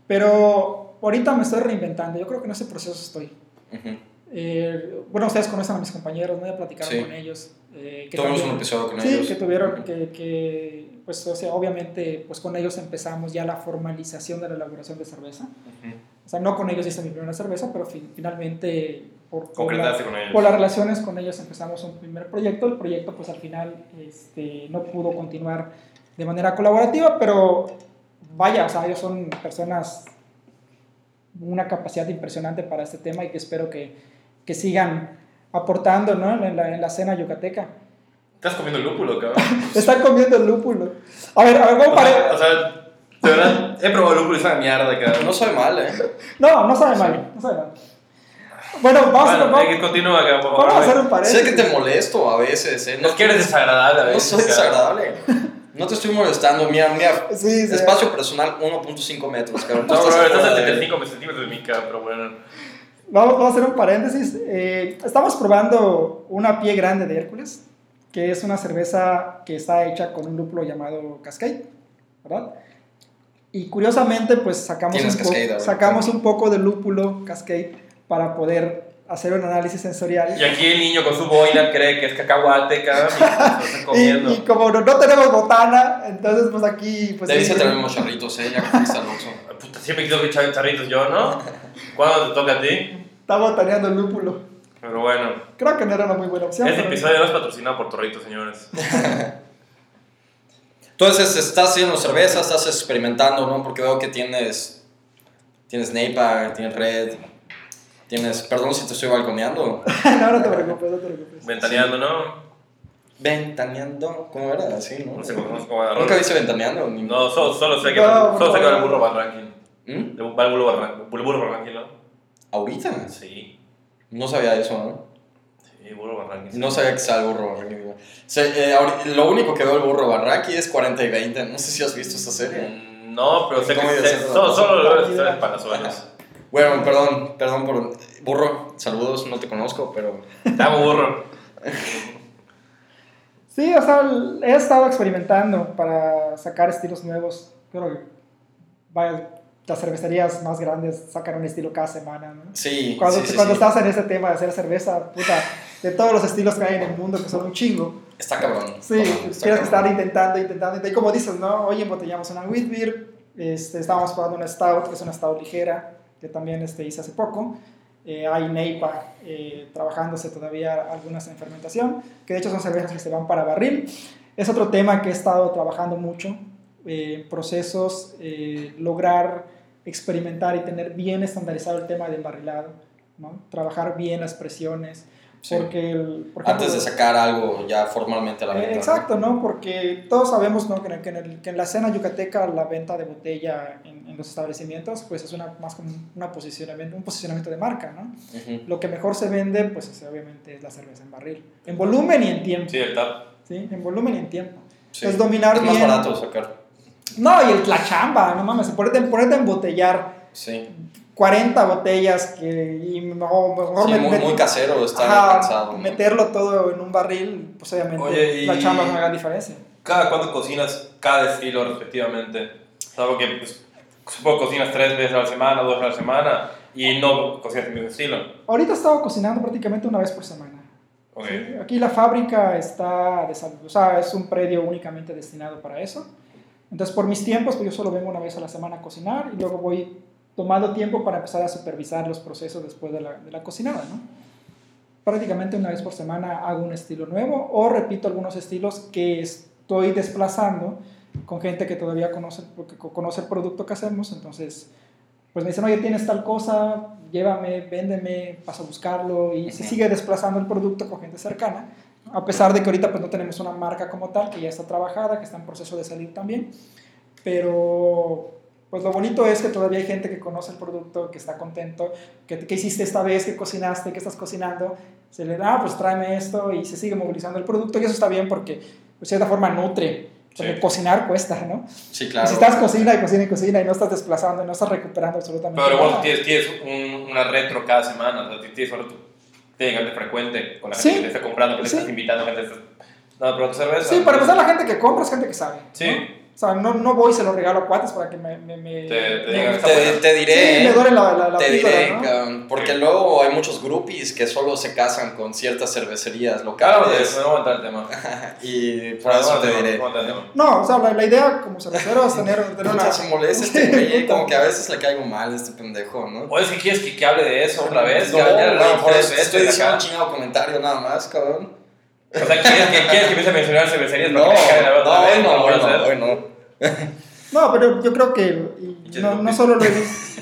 [SPEAKER 3] Pero ahorita me estoy reinventando, yo creo que en ese proceso estoy.
[SPEAKER 1] Ujú.
[SPEAKER 3] Eh, bueno, ustedes conocen a mis compañeros, ¿no? Ya platicaron
[SPEAKER 1] Sí.
[SPEAKER 3] con ellos. eh, que
[SPEAKER 1] Tuvimos
[SPEAKER 3] también-
[SPEAKER 1] un episodio con
[SPEAKER 3] Sí,
[SPEAKER 1] ellos.
[SPEAKER 3] que tuvieron, que, que, pues, o sea, obviamente, pues con ellos empezamos ya la formalización de la elaboración de cerveza.
[SPEAKER 1] Ujú.
[SPEAKER 3] O sea, no con ellos hice mi primera cerveza, pero fin- finalmente, por, por, la-
[SPEAKER 2] Concretaste con ellos.
[SPEAKER 3] por las relaciones con ellos empezamos un primer proyecto. El proyecto, pues al final, este, no pudo continuar de manera colaborativa, pero vaya, o sea, ellos son personas con una capacidad impresionante para este tema y que espero que, que sigan aportando ¿no? en, la, en la escena yucateca.
[SPEAKER 2] Estás comiendo lúpulo, cabrón.
[SPEAKER 3] Están comiendo el lúpulo. A ver, a ver, ¿cómo
[SPEAKER 2] O sea,
[SPEAKER 3] pare-
[SPEAKER 2] o sea, de verdad, he probado lúpulo y es una mierda, cabrón.
[SPEAKER 1] No soy mal, ¿eh?
[SPEAKER 3] No, no sabe mal, no sabe mal. Bueno, vamos, a-
[SPEAKER 2] Bueno,
[SPEAKER 3] vamos-
[SPEAKER 2] hay que continuar acá, por favor.
[SPEAKER 3] vamos a hacer
[SPEAKER 2] güey.
[SPEAKER 3] un paréntesis.
[SPEAKER 1] Sé que te molesto a veces, ¿eh?
[SPEAKER 2] No que eres desagradable a
[SPEAKER 1] No
[SPEAKER 2] veces.
[SPEAKER 1] soy
[SPEAKER 2] cabrón.
[SPEAKER 1] desagradable. No te estoy molestando, mira, mira.
[SPEAKER 3] Sí, sí.
[SPEAKER 1] Espacio personal 1.5 metros, cabrón. Tú
[SPEAKER 2] No, bro, estás a
[SPEAKER 1] afuera de-
[SPEAKER 2] 75 centímetros de mí, cabrón, pero bueno.
[SPEAKER 3] Vamos, vamos a hacer un paréntesis. Eh, estamos probando una pie grande de Hércules, que es una cerveza que está hecha con un lúpulo llamado Cascade, ¿verdad? Y curiosamente, pues sacamos,
[SPEAKER 1] Tienes
[SPEAKER 3] un, po-
[SPEAKER 1] Cascade ahora,
[SPEAKER 3] sacamos un poco de lúpulo Cascade para poder hacer un análisis sensorial.
[SPEAKER 2] Y aquí el niño con su boina cree que es cacahuate, cabrón, y lo está
[SPEAKER 3] Y,
[SPEAKER 2] comiendo.
[SPEAKER 3] y como no, no tenemos botana, entonces pues aquí... Pues,
[SPEAKER 1] Debiste
[SPEAKER 3] sí,
[SPEAKER 1] tener unos charritos, ¿eh? Ya que fuiste al Oxxo.
[SPEAKER 2] Puta, siempre quiero echar charritos yo, ¿no? ¿Cuándo te toca a ti?
[SPEAKER 3] está botaneando el lúpulo.
[SPEAKER 2] Pero bueno,
[SPEAKER 3] Creo que no era una muy buena opción.
[SPEAKER 2] este
[SPEAKER 3] pero-
[SPEAKER 2] episodio no es patrocinado por Torritos, señores.
[SPEAKER 1] Entonces, estás haciendo cerveza, estás experimentando, ¿no? Porque veo que tienes. Tienes Neipa, tienes Red. Tienes. Perdón si te estoy balconeando.
[SPEAKER 3] no, no te preocupes, no te preocupes.
[SPEAKER 2] Ventaneando, ¿no?
[SPEAKER 1] Ventaneando. ¿Cómo era? Así, ¿no?
[SPEAKER 2] No sé cómo- cómo agarró.
[SPEAKER 1] Nunca dice ventaneando. Ni...
[SPEAKER 2] No, solo, solo sé que,
[SPEAKER 3] No,
[SPEAKER 2] solo sé que
[SPEAKER 3] no.
[SPEAKER 2] va el burro Barranquín.
[SPEAKER 1] ¿Mm?
[SPEAKER 2] Va el burro Barran- el burro Barranquín, ¿no?
[SPEAKER 1] ¿Ahorita?
[SPEAKER 2] Sí,
[SPEAKER 1] No sabía eso, ¿no?
[SPEAKER 2] sí, el burro Barranquín.
[SPEAKER 1] No sabía que estaba el burro Barraki. Se- eh, ahori- lo único que veo el burro Barraki es 40 y 20. No sé si has visto esta serie.
[SPEAKER 2] Mm, No, pero sé que
[SPEAKER 1] ¿Cómo iba a
[SPEAKER 2] sé-
[SPEAKER 1] ser?
[SPEAKER 2] solo, solo lo veo en Palazuelos.
[SPEAKER 1] Bueno, perdón, perdón por. Burro, saludos, no te conozco, pero.
[SPEAKER 2] Te amo, burro.
[SPEAKER 3] Sí, o sea, el- he estado experimentando para sacar estilos nuevos. Creo que vaya, las cervecerías más grandes sacan un estilo cada semana, ¿no?
[SPEAKER 1] Sí.
[SPEAKER 3] Cuando,
[SPEAKER 1] sí, sí,
[SPEAKER 3] cuando
[SPEAKER 1] sí.
[SPEAKER 3] estás en ese tema de hacer cerveza, puta, de todos los estilos que hay en el mundo, que son un chingo,
[SPEAKER 1] Está cabrón.
[SPEAKER 3] sí,
[SPEAKER 1] Está
[SPEAKER 3] tienes que
[SPEAKER 1] cabrón.
[SPEAKER 3] estar intentando, intentando, y como dices, ¿no? Hoy embotellamos una wheat beer, este, estábamos probando una stout, que es una stout ligera, que también este, hice hace poco, Eh, hay neipa eh, trabajándose todavía algunas en fermentación, que de hecho son cervezas que se van para barril. Es otro tema que he estado trabajando mucho, eh, procesos, eh, lograr experimentar y tener bien estandarizado el tema del barrilado, ¿no? trabajar bien las presiones,
[SPEAKER 1] Sí.
[SPEAKER 3] porque... el- por ejemplo,
[SPEAKER 1] Antes de sacar algo ya formalmente a la
[SPEAKER 3] eh,
[SPEAKER 1] venta. ¿no?
[SPEAKER 3] Exacto, ¿no? Porque todos sabemos ¿no? que, en, que en el- que en la escena yucateca la venta de botella en, en los establecimientos pues es una, más como un- una posicionamiento, un posicionamiento de marca, ¿no?
[SPEAKER 1] Ujú.
[SPEAKER 3] Lo que mejor se vende pues es, obviamente es la cerveza en barril. En volumen y en tiempo,
[SPEAKER 2] Sí,
[SPEAKER 3] ¿sí?
[SPEAKER 2] el tap.
[SPEAKER 3] En volumen y en tiempo.
[SPEAKER 1] Sí.
[SPEAKER 3] Es dominar
[SPEAKER 1] Es más
[SPEAKER 3] bien.
[SPEAKER 1] barato sacar.
[SPEAKER 3] No, y el, la chamba, no mames, ponerte, ponerte a embotellar
[SPEAKER 1] Sí.
[SPEAKER 3] 40 botellas que, y no, mejor
[SPEAKER 1] Sí,
[SPEAKER 3] met-
[SPEAKER 1] muy,
[SPEAKER 3] met-
[SPEAKER 1] muy casero, está
[SPEAKER 3] ajá,
[SPEAKER 1] cansado. ¿no?
[SPEAKER 3] meterlo todo en un barril, pues obviamente
[SPEAKER 2] Oye, y-
[SPEAKER 3] la chamba es una gran diferencia.
[SPEAKER 2] ¿Cada cuánto cocinas cada estilo respectivamente? Salvo que, pues, supongo que cocinas tres veces a la semana, dos veces a la semana, y no cocinas el mismo estilo.
[SPEAKER 3] Ahorita he estado cocinando prácticamente una vez por semana.
[SPEAKER 2] Ok.
[SPEAKER 3] Sí, Aquí la fábrica está de salud, o sea, es un predio únicamente destinado para eso. Entonces, por mis tiempos, pues yo solo vengo una vez a la semana a cocinar y luego voy tomando tiempo para empezar a supervisar los procesos después de la, de la cocinada, ¿no? Prácticamente una vez por semana hago un estilo nuevo o repito algunos estilos que estoy desplazando con gente que todavía conoce, que conoce el producto que hacemos, entonces pues me dicen, oye, tienes tal cosa, llévame, véndeme, paso a buscarlo, y se
[SPEAKER 1] Ujú.
[SPEAKER 3] sigue desplazando el producto con gente cercana, a pesar de que ahorita pues no tenemos una marca como tal, que ya está trabajada, que está en proceso de salir también, pero pues lo bonito es que todavía hay gente que conoce el producto, que está contento, que, que hiciste esta vez, que cocinaste, que estás cocinando, se le da, ah, pues tráeme esto, y se sigue movilizando el producto, y eso está bien porque pues, de cierta forma nutre, porque
[SPEAKER 2] Sí.
[SPEAKER 3] cocinar cuesta, ¿no?
[SPEAKER 1] Sí, claro.
[SPEAKER 3] Si estás cocina y cocina y cocina y no estás desplazando, y no estás recuperando absolutamente
[SPEAKER 2] Pero
[SPEAKER 3] nada.
[SPEAKER 2] bueno, tienes, tienes un- una retro cada semana, o sea, tienes ahora tu tiene que ser frecuente con la
[SPEAKER 3] Sí.
[SPEAKER 2] gente que te está comprando, que te
[SPEAKER 3] Sí.
[SPEAKER 2] estás invitando, que te estás dando pronto cerveza.
[SPEAKER 3] Sí, para empezar, la gente que compra es gente que sabe.
[SPEAKER 2] Sí.
[SPEAKER 3] ¿no? O sea, no, no voy y se lo regalo a cuates para que me. me, me-
[SPEAKER 2] Te- te
[SPEAKER 3] me-
[SPEAKER 2] digan,
[SPEAKER 3] Sí,
[SPEAKER 1] Te, te diré,
[SPEAKER 3] me duele la, la, la
[SPEAKER 1] te
[SPEAKER 3] píldora,
[SPEAKER 1] diré,
[SPEAKER 3] ¿no?
[SPEAKER 1] cabrón, porque
[SPEAKER 2] Sí.
[SPEAKER 1] luego hay muchos groupies que solo se casan con ciertas cervecerías
[SPEAKER 2] Claro, de
[SPEAKER 1] locales
[SPEAKER 2] eso, no voy a entrar al tema.
[SPEAKER 1] y por eso te diré.
[SPEAKER 2] No voy a entrar al tema.
[SPEAKER 3] No, o sea, la, la idea como cervecero es tener, tener una.
[SPEAKER 1] Puta, se molesta este güey, como que a veces le caigo mal a este pendejo, ¿no?
[SPEAKER 2] O es que quieres que, que hable de eso otra vez.
[SPEAKER 1] No,
[SPEAKER 2] ya, ya lo
[SPEAKER 1] güey,
[SPEAKER 2] hablamos
[SPEAKER 1] por
[SPEAKER 2] tres
[SPEAKER 1] eso te
[SPEAKER 2] veces
[SPEAKER 1] estoy diciendo
[SPEAKER 2] acá.
[SPEAKER 1] un chingado comentario nada más, cabrón.
[SPEAKER 2] O sea, ¿quieres que, quieres que empiece a mencionar cervecerías?
[SPEAKER 1] No, no,
[SPEAKER 2] para que deje de hablar otra vez?
[SPEAKER 1] hoy
[SPEAKER 2] lo
[SPEAKER 1] no,
[SPEAKER 2] voy a
[SPEAKER 1] hoy no,
[SPEAKER 2] hacer.
[SPEAKER 1] hoy no.
[SPEAKER 3] No, pero yo creo que. y
[SPEAKER 2] Pinches
[SPEAKER 3] no, no
[SPEAKER 2] grupos.
[SPEAKER 3] solo lo he visto.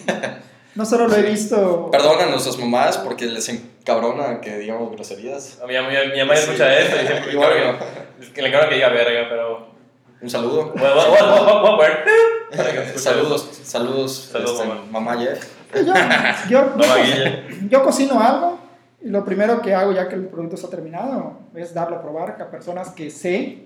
[SPEAKER 3] No solo lo he visto.
[SPEAKER 1] Perdona a nuestras mamás porque les encabrona que digamos groserías.
[SPEAKER 2] Mi, mi- mi mamá
[SPEAKER 1] Sí.
[SPEAKER 2] escucha esto y siempre
[SPEAKER 1] Y
[SPEAKER 2] me
[SPEAKER 1] bueno.
[SPEAKER 2] carga. Es que le encargo que diga verga, pero.
[SPEAKER 1] Un saludo.
[SPEAKER 2] Voy a- voy a- voy a- voy a poner- para que escuche.
[SPEAKER 1] Saludos, saludos, este,
[SPEAKER 2] Saludos, mamá.
[SPEAKER 1] Jeff.
[SPEAKER 3] Yo, Eh, yo,
[SPEAKER 2] Mamá
[SPEAKER 3] yo-
[SPEAKER 2] Guille.
[SPEAKER 3] yo cocino algo y lo primero que hago ya que el producto está terminado es darlo a probar a personas que sé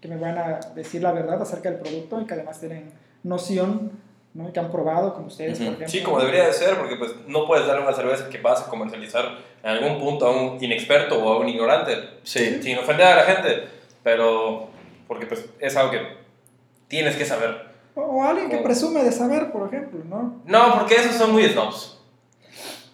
[SPEAKER 3] que me van a decir la verdad acerca del producto y que además tienen noción ¿no? y que han probado como ustedes por
[SPEAKER 1] Ujú.
[SPEAKER 3] ejemplo
[SPEAKER 2] Sí, como debería de ser, porque pues no puedes darle una cerveza que vas a comercializar en algún punto a un inexperto o a un ignorante,
[SPEAKER 1] Sí.
[SPEAKER 2] sin ofender a la gente, pero porque pues es algo que tienes que saber.
[SPEAKER 3] o, o alguien que presume de saber por ejemplo no
[SPEAKER 2] No, porque esos son muy snobs.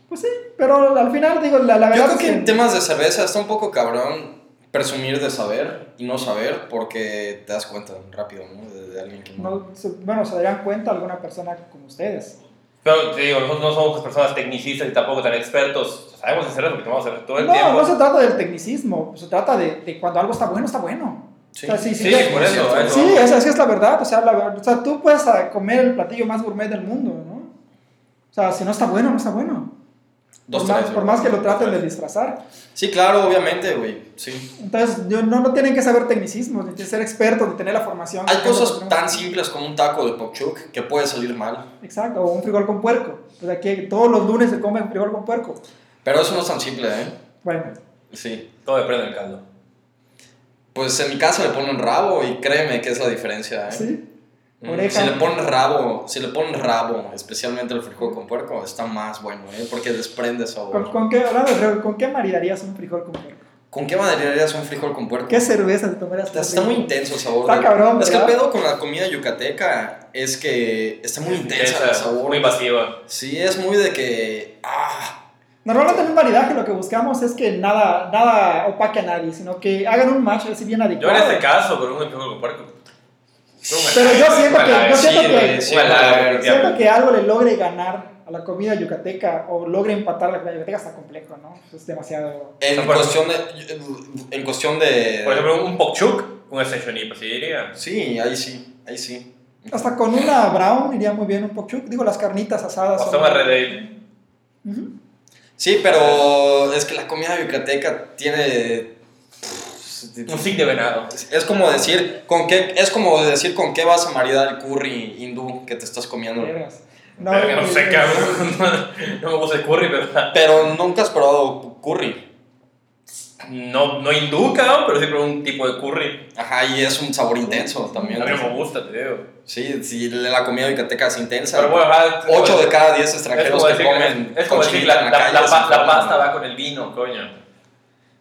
[SPEAKER 3] pues sí pero al final digo la, la
[SPEAKER 1] Yo creo
[SPEAKER 3] verdad es
[SPEAKER 1] que en
[SPEAKER 3] que
[SPEAKER 1] temas de cerveza está un poco cabrón presumir de saber y no saber porque te das cuenta rápido, ¿no? De, de alguien que no.
[SPEAKER 3] no se- bueno se darán cuenta alguna persona como ustedes
[SPEAKER 2] Pero te digo, nosotros no somos personas tecnicistas y tampoco tan expertos. Sabemos hacer eso porque vamos a hacer todo el
[SPEAKER 3] no
[SPEAKER 2] tiempo.
[SPEAKER 3] no se trata del tecnicismo se trata de, de cuando algo está bueno está bueno
[SPEAKER 1] Sí,
[SPEAKER 3] O sea, sí, sí,
[SPEAKER 2] Sí,
[SPEAKER 3] ya-
[SPEAKER 2] por eso. a eso
[SPEAKER 3] Sí,
[SPEAKER 2] vamos.
[SPEAKER 3] esa sí es la verdad. O sea, la ver- o sea, tú puedes ah, comer el platillo más gourmet del mundo, ¿no? O sea, si no está bueno, no está bueno.
[SPEAKER 1] Dos,
[SPEAKER 3] por, más,
[SPEAKER 1] tres,
[SPEAKER 3] por
[SPEAKER 1] güey.
[SPEAKER 3] más que lo traten de
[SPEAKER 2] tres.
[SPEAKER 3] disfrazar.
[SPEAKER 1] Sí, claro, obviamente, güey. Sí.
[SPEAKER 3] Entonces, yo- no, no tienen que saber tecnicismos, ni que ser expertos, ni tener la formación.
[SPEAKER 1] Hay
[SPEAKER 3] que nosotros
[SPEAKER 1] cosas
[SPEAKER 3] tenemos.
[SPEAKER 1] tan simples como un taco de pokchuk que puede salir mal,
[SPEAKER 3] Exacto, o un frijol con puerco. Pues aquí todos los lunes se comen frijol con puerco.
[SPEAKER 1] pero eso no es tan simple, ¿eh?
[SPEAKER 3] Bueno,
[SPEAKER 1] Sí.
[SPEAKER 2] Todo depende del caldo.
[SPEAKER 1] Pues en mi casa le ponen rabo y créeme que es la diferencia, ¿eh?
[SPEAKER 3] sí.
[SPEAKER 1] Mm,
[SPEAKER 3] Oreja.
[SPEAKER 1] Si le ponen rabo, si le ponen rabo, especialmente el frijol con puerco, está más bueno, ¿eh? Porque desprende sabor.
[SPEAKER 3] ¿Con,
[SPEAKER 1] ¿Con,
[SPEAKER 3] con qué, hablando de frijol, ¿con qué maridarías un frijol con puerco?
[SPEAKER 1] qué maderarías un frijol con puerco?
[SPEAKER 3] ¿Qué cerveza te tomarías?
[SPEAKER 1] Está, está muy intenso el sabor.
[SPEAKER 3] Está
[SPEAKER 1] güey.
[SPEAKER 3] cabrón,
[SPEAKER 1] Es que el
[SPEAKER 3] ¿verdad?
[SPEAKER 1] pedo con la comida yucateca es que está muy intensa
[SPEAKER 2] Esa,
[SPEAKER 1] el sabor.
[SPEAKER 2] Muy invasiva.
[SPEAKER 1] Sí, es muy de que... Ah,
[SPEAKER 3] Normalmente en un maridaje lo que buscamos es que nada, nada opaque a nadie, sino que hagan un match así bien
[SPEAKER 2] Yo
[SPEAKER 3] adecuado.
[SPEAKER 2] en este caso, con un frijol con puerco.
[SPEAKER 3] Pero yo siento que, yo
[SPEAKER 1] sí,
[SPEAKER 3] siento
[SPEAKER 1] güey,
[SPEAKER 3] que,
[SPEAKER 1] sí,
[SPEAKER 2] Bueno,
[SPEAKER 1] güey.
[SPEAKER 2] a ver,
[SPEAKER 3] siento que algo le logre ganar a la comida yucateca o logre empatar a la comida yucateca está complejo, ¿no? Es demasiado...
[SPEAKER 1] En
[SPEAKER 2] O sea, por-
[SPEAKER 1] cuestión de... En cuestión de...
[SPEAKER 2] Por ejemplo, un pokchuk, un session IPA, sí diría.
[SPEAKER 1] Sí, ahí sí, ahí sí.
[SPEAKER 3] Hasta con una brown iría muy bien un pochuk. Digo, las carnitas
[SPEAKER 2] O
[SPEAKER 3] asadas.
[SPEAKER 2] hasta
[SPEAKER 3] son-
[SPEAKER 2] una red ale.
[SPEAKER 3] Ujú.
[SPEAKER 1] Sí, pero es que la comida yucateca tiene...
[SPEAKER 2] Un zig de venado.
[SPEAKER 1] Es como decir con qué es como decir con qué vas a maridar el curry hindú que te estás comiendo.
[SPEAKER 3] Vergas.
[SPEAKER 2] No, no
[SPEAKER 3] eh,
[SPEAKER 2] sé, cabrón. No me gusta el curry, pero.
[SPEAKER 1] Pero nunca has probado curry.
[SPEAKER 2] No, no hindú, cabrón, pero siempre un tipo de curry.
[SPEAKER 1] Ajá, y es un sabor intenso
[SPEAKER 2] A
[SPEAKER 1] también.
[SPEAKER 2] mí no me gusta, te digo.
[SPEAKER 1] Sí, sí, la comida yucateca es intensa.
[SPEAKER 2] Pero bueno, ajá, es como-
[SPEAKER 1] 8 de cada 10
[SPEAKER 2] es
[SPEAKER 1] extranjeros
[SPEAKER 2] como
[SPEAKER 1] que
[SPEAKER 2] decir-
[SPEAKER 1] comen
[SPEAKER 2] Es como decir,
[SPEAKER 1] cochinita
[SPEAKER 2] la,
[SPEAKER 1] en
[SPEAKER 2] la,
[SPEAKER 1] calle
[SPEAKER 2] la
[SPEAKER 1] se
[SPEAKER 2] pa- la
[SPEAKER 1] enferman.
[SPEAKER 2] pasta va con el vino, coño.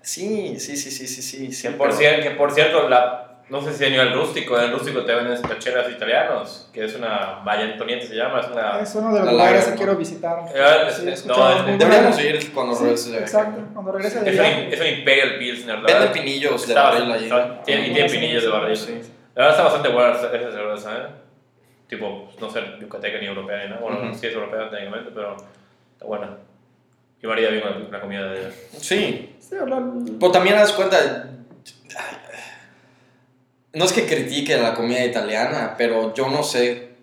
[SPEAKER 1] Sí, sí, sí, sí, sí, sí. sí
[SPEAKER 2] Que por,
[SPEAKER 1] pero-
[SPEAKER 2] cier- que por cierto, la, no sé si han ido al rústico, en el rústico te venden cacheras italianos, que es una Valle Antonieta se llama, es una...
[SPEAKER 3] Es uno de los
[SPEAKER 1] La
[SPEAKER 3] lugares
[SPEAKER 1] lagra,
[SPEAKER 3] que
[SPEAKER 1] ¿no?
[SPEAKER 3] quiero visitar.
[SPEAKER 2] Eh,
[SPEAKER 3] Ah, Sí,
[SPEAKER 2] no,
[SPEAKER 3] escuchaba
[SPEAKER 2] es-
[SPEAKER 3] muy buena-
[SPEAKER 1] Deberíamos ir cuando
[SPEAKER 3] Sí,
[SPEAKER 1] regrese de
[SPEAKER 3] Exacto, cuando regrese de
[SPEAKER 2] Es un,
[SPEAKER 3] viaje.
[SPEAKER 2] es un Imperial Pilsner, la
[SPEAKER 1] Venden
[SPEAKER 2] verdad.
[SPEAKER 1] pinillos de
[SPEAKER 2] Está
[SPEAKER 1] barril
[SPEAKER 2] bastante-
[SPEAKER 1] allí.
[SPEAKER 2] está- tiene- y tiene pinillos de barril. La verdad está bastante buena esa esa cerveza, ¿eh? Tipo, no ser yucateca ni europea ni nada. Bueno,
[SPEAKER 1] Ujú.
[SPEAKER 2] sí es europea técnicamente, pero está buena. Yo maría bien con la, la comida de
[SPEAKER 1] Sí,
[SPEAKER 3] Sí, hablar-
[SPEAKER 1] Pero también das cuenta. No es que critique la comida italiana, pero yo no sé.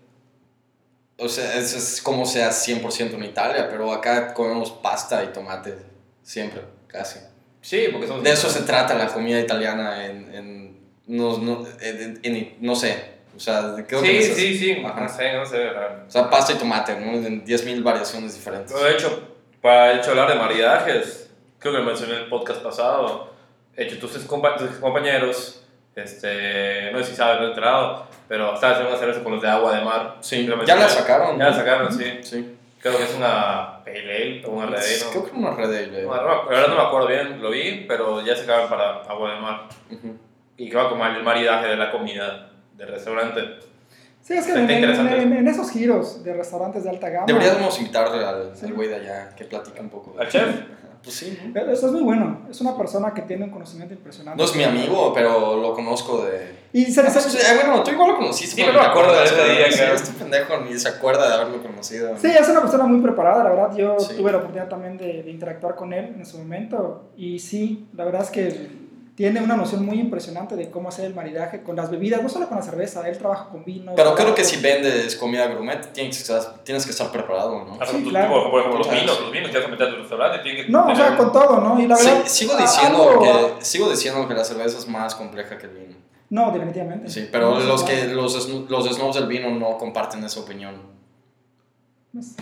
[SPEAKER 1] O sea, es, es como sea 100% en Italia, pero acá comemos pasta y tomate. Siempre, casi.
[SPEAKER 2] Sí, porque son...
[SPEAKER 1] De eso se trata la comida italiana en. en- no, no, en- en- en- no sé. O sea, creo que
[SPEAKER 2] Sí,
[SPEAKER 1] es eso.
[SPEAKER 2] sí, sí,
[SPEAKER 1] Ajá.
[SPEAKER 2] no sé, no sé. ajá.
[SPEAKER 1] O sea, pasta y tomate, ¿no? En 10.000 variaciones diferentes.
[SPEAKER 2] Yo, de hecho, para de hecho, hablar de maridajes, creo que lo mencioné en el podcast pasado. De hecho, tus, ex compa- tus ex compañeros, este, no sé si sabes, no he enterado, pero estaban haciendo una cerveza con los de agua de mar.
[SPEAKER 1] Sí,
[SPEAKER 2] Lo
[SPEAKER 1] ya la
[SPEAKER 2] mencioné.
[SPEAKER 1] sacaron.
[SPEAKER 2] Ya la sacaron, sí.
[SPEAKER 1] Sí.
[SPEAKER 2] Creo que es una pale ale o una red ale,
[SPEAKER 1] Es-
[SPEAKER 2] no-
[SPEAKER 1] Creo que una red ale.
[SPEAKER 2] no, no, la verdad no me acuerdo bien, lo vi, pero ya se acaban para agua del mar.
[SPEAKER 1] Ujú.
[SPEAKER 2] Y que va a comer el maridaje de la comida del restaurante.
[SPEAKER 3] Sí, es que
[SPEAKER 2] Está
[SPEAKER 3] en, en-
[SPEAKER 2] interesante.
[SPEAKER 3] en- en esos giros de restaurantes de alta gama.
[SPEAKER 1] Deberíamos invitarle al al güey de allá que platica un poco.
[SPEAKER 2] ¿Al chef?
[SPEAKER 1] Ajá, Pues sí, ¿no?
[SPEAKER 3] Eso es muy bueno. Es una persona que tiene un conocimiento impresionante.
[SPEAKER 1] No es mi amigo, pero lo conozco de.
[SPEAKER 3] Y se
[SPEAKER 1] Ah,
[SPEAKER 3] les
[SPEAKER 1] pues,
[SPEAKER 3] hace-
[SPEAKER 1] eh, bueno, tú igual lo conociste.
[SPEAKER 2] Sí,
[SPEAKER 1] pero
[SPEAKER 2] no me
[SPEAKER 1] te
[SPEAKER 2] acuerdo
[SPEAKER 1] acuerdas,
[SPEAKER 2] de ese
[SPEAKER 1] ¿verdad?
[SPEAKER 2] día,
[SPEAKER 1] Sí,
[SPEAKER 2] claro.
[SPEAKER 1] Este pendejo ni se acuerda de haberlo conocido.
[SPEAKER 3] Sí, es una persona muy preparada, la verdad. Yo
[SPEAKER 1] Sí.
[SPEAKER 3] tuve la oportunidad también de, de interactuar con él en su momento. Y sí, la verdad es que tiene una noción muy impresionante de cómo hacer el maridaje con las bebidas, no solo con la cerveza, él trabaja con vino.
[SPEAKER 1] Pero creo que
[SPEAKER 3] trabaja-
[SPEAKER 1] si vendes comida gourmet, tienes que estar, tienes que estar preparado, ¿no?
[SPEAKER 3] Sí,
[SPEAKER 2] Tú-
[SPEAKER 3] claro.
[SPEAKER 2] tú, por ejemplo, los
[SPEAKER 1] Claro,
[SPEAKER 2] vinos,
[SPEAKER 1] sí.
[SPEAKER 2] los vinos que vas a meter a tu restaurante tienen que
[SPEAKER 3] No, o
[SPEAKER 2] tener-
[SPEAKER 3] sea, con todo, ¿no? Y la
[SPEAKER 1] Sí,
[SPEAKER 3] verdad,
[SPEAKER 1] sigo,
[SPEAKER 3] a-
[SPEAKER 1] diciendo
[SPEAKER 3] algo-
[SPEAKER 1] que, sigo diciendo que la cerveza es más compleja que el vino.
[SPEAKER 3] No, definitivamente.
[SPEAKER 1] Sí, pero
[SPEAKER 3] No,
[SPEAKER 1] los,
[SPEAKER 3] no.
[SPEAKER 1] que, los, snu- los snobs del vino no comparten esa opinión.
[SPEAKER 3] Pues,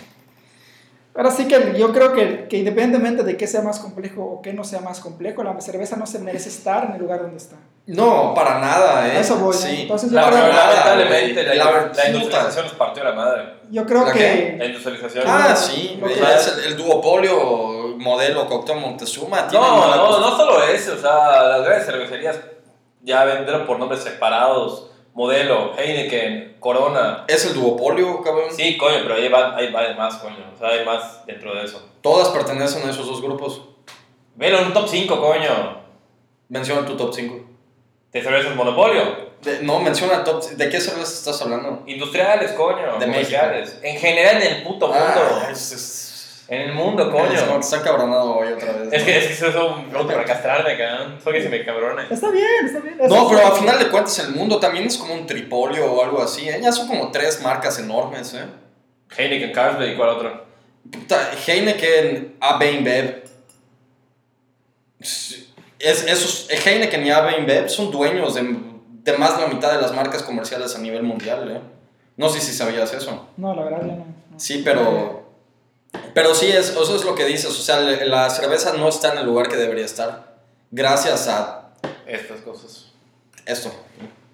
[SPEAKER 3] Ahora sí que yo creo que, que independientemente de qué sea más complejo o qué no sea más complejo, la cerveza no se merece estar en el lugar donde está.
[SPEAKER 1] No, para nada, ¿eh?
[SPEAKER 3] A eso voy, ¿no?
[SPEAKER 1] Sí.
[SPEAKER 3] Entonces,
[SPEAKER 2] La
[SPEAKER 3] yo creo-
[SPEAKER 2] verdad,
[SPEAKER 1] la-
[SPEAKER 2] lamentablemente, la,
[SPEAKER 1] la-
[SPEAKER 2] la
[SPEAKER 1] puta.
[SPEAKER 2] industrialización nos partió la madre.
[SPEAKER 3] Yo creo
[SPEAKER 1] ¿La
[SPEAKER 3] que...
[SPEAKER 2] La industrialización.
[SPEAKER 1] Ah, sí,
[SPEAKER 3] Lo que-
[SPEAKER 1] es el, el duopolio modelo Cocteau Montezuma. tiene
[SPEAKER 2] No,
[SPEAKER 1] mala
[SPEAKER 2] no,
[SPEAKER 1] costumbre.
[SPEAKER 2] no solo eso, o sea, las grandes cervecerías ya vendieron por nombres separados, modelo, Heineken, Corona.
[SPEAKER 1] Es el duopolio, cabrón.
[SPEAKER 2] Sí, coño, pero ahí van, hay varias más, coño, o sea, hay más dentro de eso.
[SPEAKER 1] Todas pertenecen a esos dos grupos.
[SPEAKER 2] Velo en un top 5, coño,
[SPEAKER 1] Menciona tu top 5.
[SPEAKER 2] de cervezas monopolio,
[SPEAKER 1] no, menciona top. ¿De qué cerveza estás hablando?
[SPEAKER 2] industriales, coño,
[SPEAKER 1] De
[SPEAKER 2] comerciales, en general en el puto
[SPEAKER 1] Ah,
[SPEAKER 2] mundo,
[SPEAKER 1] es- es-
[SPEAKER 2] en el mundo,
[SPEAKER 1] Es como
[SPEAKER 2] coño.
[SPEAKER 1] que se han cabronado hoy otra vez.
[SPEAKER 2] Es
[SPEAKER 1] ¿no?
[SPEAKER 2] que, es que eso es un bruto para castrarme, cabrón, soy que se me cabrone.
[SPEAKER 3] Está bien, está bien. Eso
[SPEAKER 1] No, pero
[SPEAKER 3] es-
[SPEAKER 1] al final de cuentas el mundo también es como un tripolio o algo así, ¿eh? Ya son como tres marcas enormes, ¿eh?
[SPEAKER 2] Heineken, Carlsberg y cuál otro.
[SPEAKER 1] Puta, Heineken, AB InBev. Es, esos, Heineken y AB InBev son dueños de, de más de la mitad de las marcas comerciales a nivel mundial, ¿eh? No sé si sabías eso.
[SPEAKER 3] No, la verdad, yo no. no.
[SPEAKER 1] Sí, pero... Pero sí, es, eso es lo que dices. O sea, le- la cerveza no está en el lugar que debería estar. Gracias a
[SPEAKER 2] Estas cosas.
[SPEAKER 1] esto.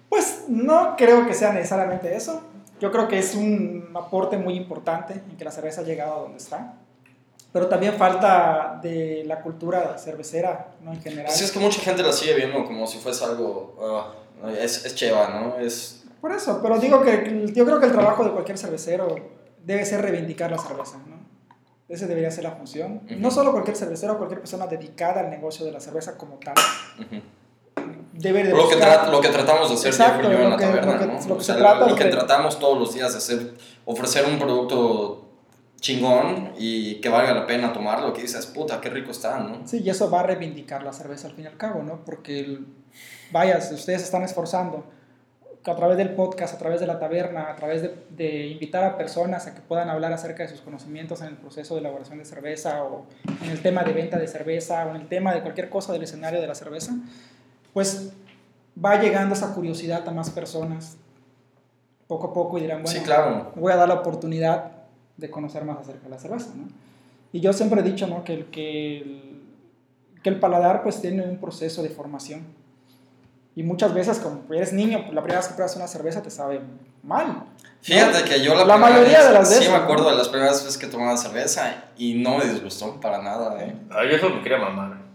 [SPEAKER 3] Pues no creo que sea necesariamente eso. Yo creo que es un aporte muy importante en que la cerveza ha llegado a donde está. Pero también falta de la cultura cervecera, ¿no? En general.
[SPEAKER 1] Pues es que mucha gente la sigue viendo como si fuese algo... ah, es, es cheva, ¿no? Es...
[SPEAKER 3] Por eso, pero digo que que yo creo que el trabajo de cualquier cervecero debe ser reivindicar la cerveza, ¿no? Esa debería ser la función.
[SPEAKER 1] Ujú.
[SPEAKER 3] No solo cualquier cervecero, cualquier persona dedicada al negocio de la cerveza como tal.
[SPEAKER 1] ujú.
[SPEAKER 3] Debe de
[SPEAKER 1] Lo que,
[SPEAKER 3] buscar-
[SPEAKER 1] tra- lo que tratamos de hacer
[SPEAKER 3] Exacto,
[SPEAKER 1] Diego y yo en
[SPEAKER 3] lo
[SPEAKER 1] la
[SPEAKER 3] que-
[SPEAKER 1] taberna,
[SPEAKER 3] lo que-
[SPEAKER 1] ¿no?
[SPEAKER 3] lo
[SPEAKER 1] O
[SPEAKER 3] que
[SPEAKER 1] sea,
[SPEAKER 3] se trata
[SPEAKER 1] lo
[SPEAKER 3] es
[SPEAKER 1] que
[SPEAKER 3] de-
[SPEAKER 1] tratamos todos los días de hacer, ofrecer un producto chingón y que valga la pena tomarlo, que dices, puta, qué rico está, ¿no?
[SPEAKER 3] Sí, y eso va a reivindicar la cerveza al fin y al cabo, ¿no? Porque, el- vaya, si ustedes se están esforzando que a través del podcast, a través de la taberna, a través de, de invitar a personas a que puedan hablar acerca de sus conocimientos en el proceso de elaboración de cerveza o en el tema de venta de cerveza o en el tema de cualquier cosa del escenario de la cerveza, pues va llegando esa curiosidad a más personas poco a poco y dirán, bueno,
[SPEAKER 1] sí, claro.
[SPEAKER 3] voy a dar la oportunidad de conocer más acerca de la cerveza, ¿no? Y yo siempre he dicho, ¿no? Que el, que el, que el paladar pues tiene un proceso de formación. Y muchas veces como eres niño, pues, la primera vez que pruebas una cerveza te sabe mal.
[SPEAKER 1] Fíjate que yo la,
[SPEAKER 3] La
[SPEAKER 1] primera
[SPEAKER 3] mayoría
[SPEAKER 1] vez-
[SPEAKER 3] de las veces,
[SPEAKER 1] Sí, me
[SPEAKER 3] ¿no?
[SPEAKER 1] acuerdo de las primeras veces que tomaba cerveza y no me disgustó para nada, ¿eh?
[SPEAKER 2] Ah, yo eso me quería mamar.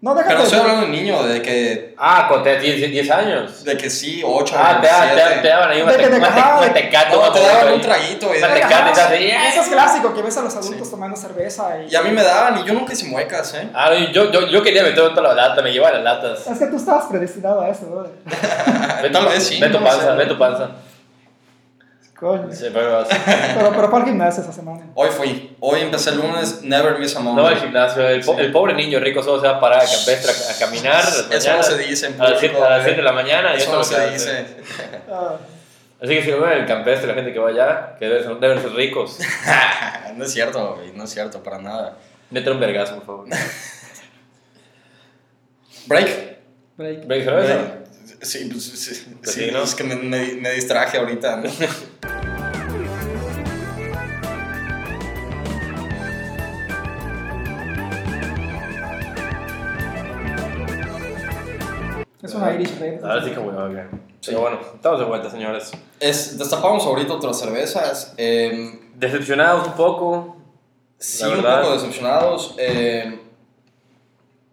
[SPEAKER 3] No, déjate
[SPEAKER 1] Pero
[SPEAKER 3] de-
[SPEAKER 1] estoy hablando de un niño, de que,
[SPEAKER 2] Ah, cuando tenías 10, 10 años.
[SPEAKER 1] de que sí, 8,
[SPEAKER 2] Ah, te, da- te, da- te daban ahí una
[SPEAKER 3] De que
[SPEAKER 2] te-
[SPEAKER 3] te
[SPEAKER 2] una te-
[SPEAKER 3] cajaba,
[SPEAKER 2] una
[SPEAKER 3] de-
[SPEAKER 2] tecate,
[SPEAKER 1] No,
[SPEAKER 2] una
[SPEAKER 1] te
[SPEAKER 2] boca
[SPEAKER 1] daban
[SPEAKER 2] ahí.
[SPEAKER 1] un traguito y
[SPEAKER 2] Una
[SPEAKER 1] de-
[SPEAKER 2] tecate. Tecate,
[SPEAKER 3] Ajá,
[SPEAKER 2] estás ahí.
[SPEAKER 3] Eso es clásico, que ves a los adultos tomando cerveza. Y,
[SPEAKER 1] Y a mí me daban y yo nunca hice muecas, ¿eh?
[SPEAKER 2] Ah, yo, yo, yo quería meter toda la lata, me llevaba las latas.
[SPEAKER 3] Es que tú estabas predestinado a eso, brother.
[SPEAKER 1] Tal vez sí.
[SPEAKER 2] Ve tu
[SPEAKER 1] Ah, no
[SPEAKER 2] panza,
[SPEAKER 1] sé.
[SPEAKER 2] ve tu panza.
[SPEAKER 3] Coño.
[SPEAKER 2] Sí, pero sí.
[SPEAKER 3] Pero, pero fue al gimnasio esa semana.
[SPEAKER 1] Hoy fui. Hoy empecé el lunes, never miss a
[SPEAKER 2] no va
[SPEAKER 1] moment.
[SPEAKER 2] al gimnasio. El, po- el pobre niño rico solo se va a parar a campestre a, a caminar. a las
[SPEAKER 1] Eso no
[SPEAKER 2] mañanas,
[SPEAKER 1] se dice en
[SPEAKER 2] A las 7
[SPEAKER 1] público,
[SPEAKER 2] a las
[SPEAKER 1] eh.
[SPEAKER 2] siete de la mañana. y
[SPEAKER 1] Eso no
[SPEAKER 2] es Ah, lo que
[SPEAKER 1] se
[SPEAKER 2] hace.
[SPEAKER 1] dice.
[SPEAKER 3] Ah,
[SPEAKER 2] Así que si lo ven en el campestre, la gente que va allá, que deben ser, deben ser ricos,
[SPEAKER 1] Ah, No es cierto, güey, no es cierto para nada.
[SPEAKER 2] meten un vergazo, por favor.
[SPEAKER 1] Break.
[SPEAKER 3] break.
[SPEAKER 2] ¿Ven cerveza?
[SPEAKER 1] Sí, pues, sí, sí,
[SPEAKER 2] Pues
[SPEAKER 1] sí,
[SPEAKER 2] sí, ¿no?
[SPEAKER 1] es que me, me- me distraje ahorita. ¿no?
[SPEAKER 3] Es una a Irish Red.
[SPEAKER 2] Ahora sí que hueva, ok. Pero bueno, estamos de vuelta, señores.
[SPEAKER 1] Es, destapamos ahorita otras cervezas. eh,
[SPEAKER 2] Decepcionados un poco.
[SPEAKER 1] sí,
[SPEAKER 2] La
[SPEAKER 1] un
[SPEAKER 2] verdad.
[SPEAKER 1] poco decepcionados. eh,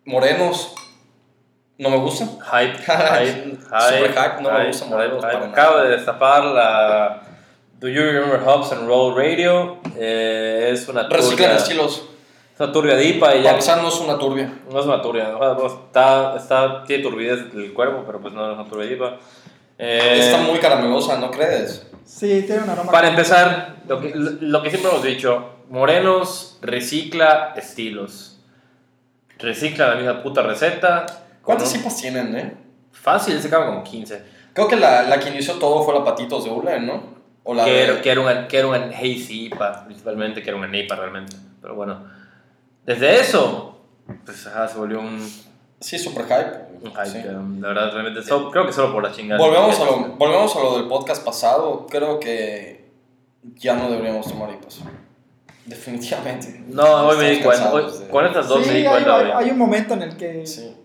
[SPEAKER 1] morenos, no me gustan.
[SPEAKER 2] Hype, hype,
[SPEAKER 1] Ah, Super hack, no me
[SPEAKER 2] hype,
[SPEAKER 1] gusta
[SPEAKER 2] hype,
[SPEAKER 1] Morelos
[SPEAKER 2] hype.
[SPEAKER 1] para nada.
[SPEAKER 2] Acabo de destapar la Do You Remember Hops and Roll Radio. Eh, es una
[SPEAKER 1] Reciclan
[SPEAKER 2] turbia. Es
[SPEAKER 1] estilos.
[SPEAKER 2] una turbia dipa y ya.
[SPEAKER 1] Papisar no es una turbia.
[SPEAKER 2] No es una turbia. o sea, pues, Está, está, tiene turbidez el cuerpo, pero pues no es una turbia dipa. Eh,
[SPEAKER 1] Está muy caramelosa, ¿no crees?
[SPEAKER 3] Sí, tiene un aroma.
[SPEAKER 2] Para empezar, lo que, lo que siempre hemos dicho, Morenos recicla estilos. Recicla la misma puta receta. con
[SPEAKER 1] ¿Cuántas
[SPEAKER 2] un-
[SPEAKER 1] cipas tienen, eh?
[SPEAKER 2] Fácil, se acaba con 15.
[SPEAKER 1] Creo que la, la que inició todo fue la Patitos de Ule, ¿no? O la
[SPEAKER 2] que,
[SPEAKER 1] de-
[SPEAKER 2] era, que era una, que era una hazy IPA, principalmente, que era una NIPA realmente. Pero bueno, desde eso, pues ajá, se volvió un, un
[SPEAKER 1] Sí, super hype.
[SPEAKER 2] hype.
[SPEAKER 1] sí.
[SPEAKER 2] um, La verdad, realmente, so- creo que solo por la chingada.
[SPEAKER 1] Volvemos, a lo, volvemos a lo del podcast pasado. Creo que ya no deberíamos tomar IPAs. Definitivamente.
[SPEAKER 2] No, hoy me di
[SPEAKER 1] Estamos
[SPEAKER 2] cuenta.
[SPEAKER 1] cansados
[SPEAKER 2] hoy-
[SPEAKER 1] de-
[SPEAKER 2] Con estas dos
[SPEAKER 3] sí,
[SPEAKER 2] me di
[SPEAKER 3] hay,
[SPEAKER 2] cuenta.
[SPEAKER 3] hay-
[SPEAKER 2] güey.
[SPEAKER 3] hay un momento en el que
[SPEAKER 1] Sí.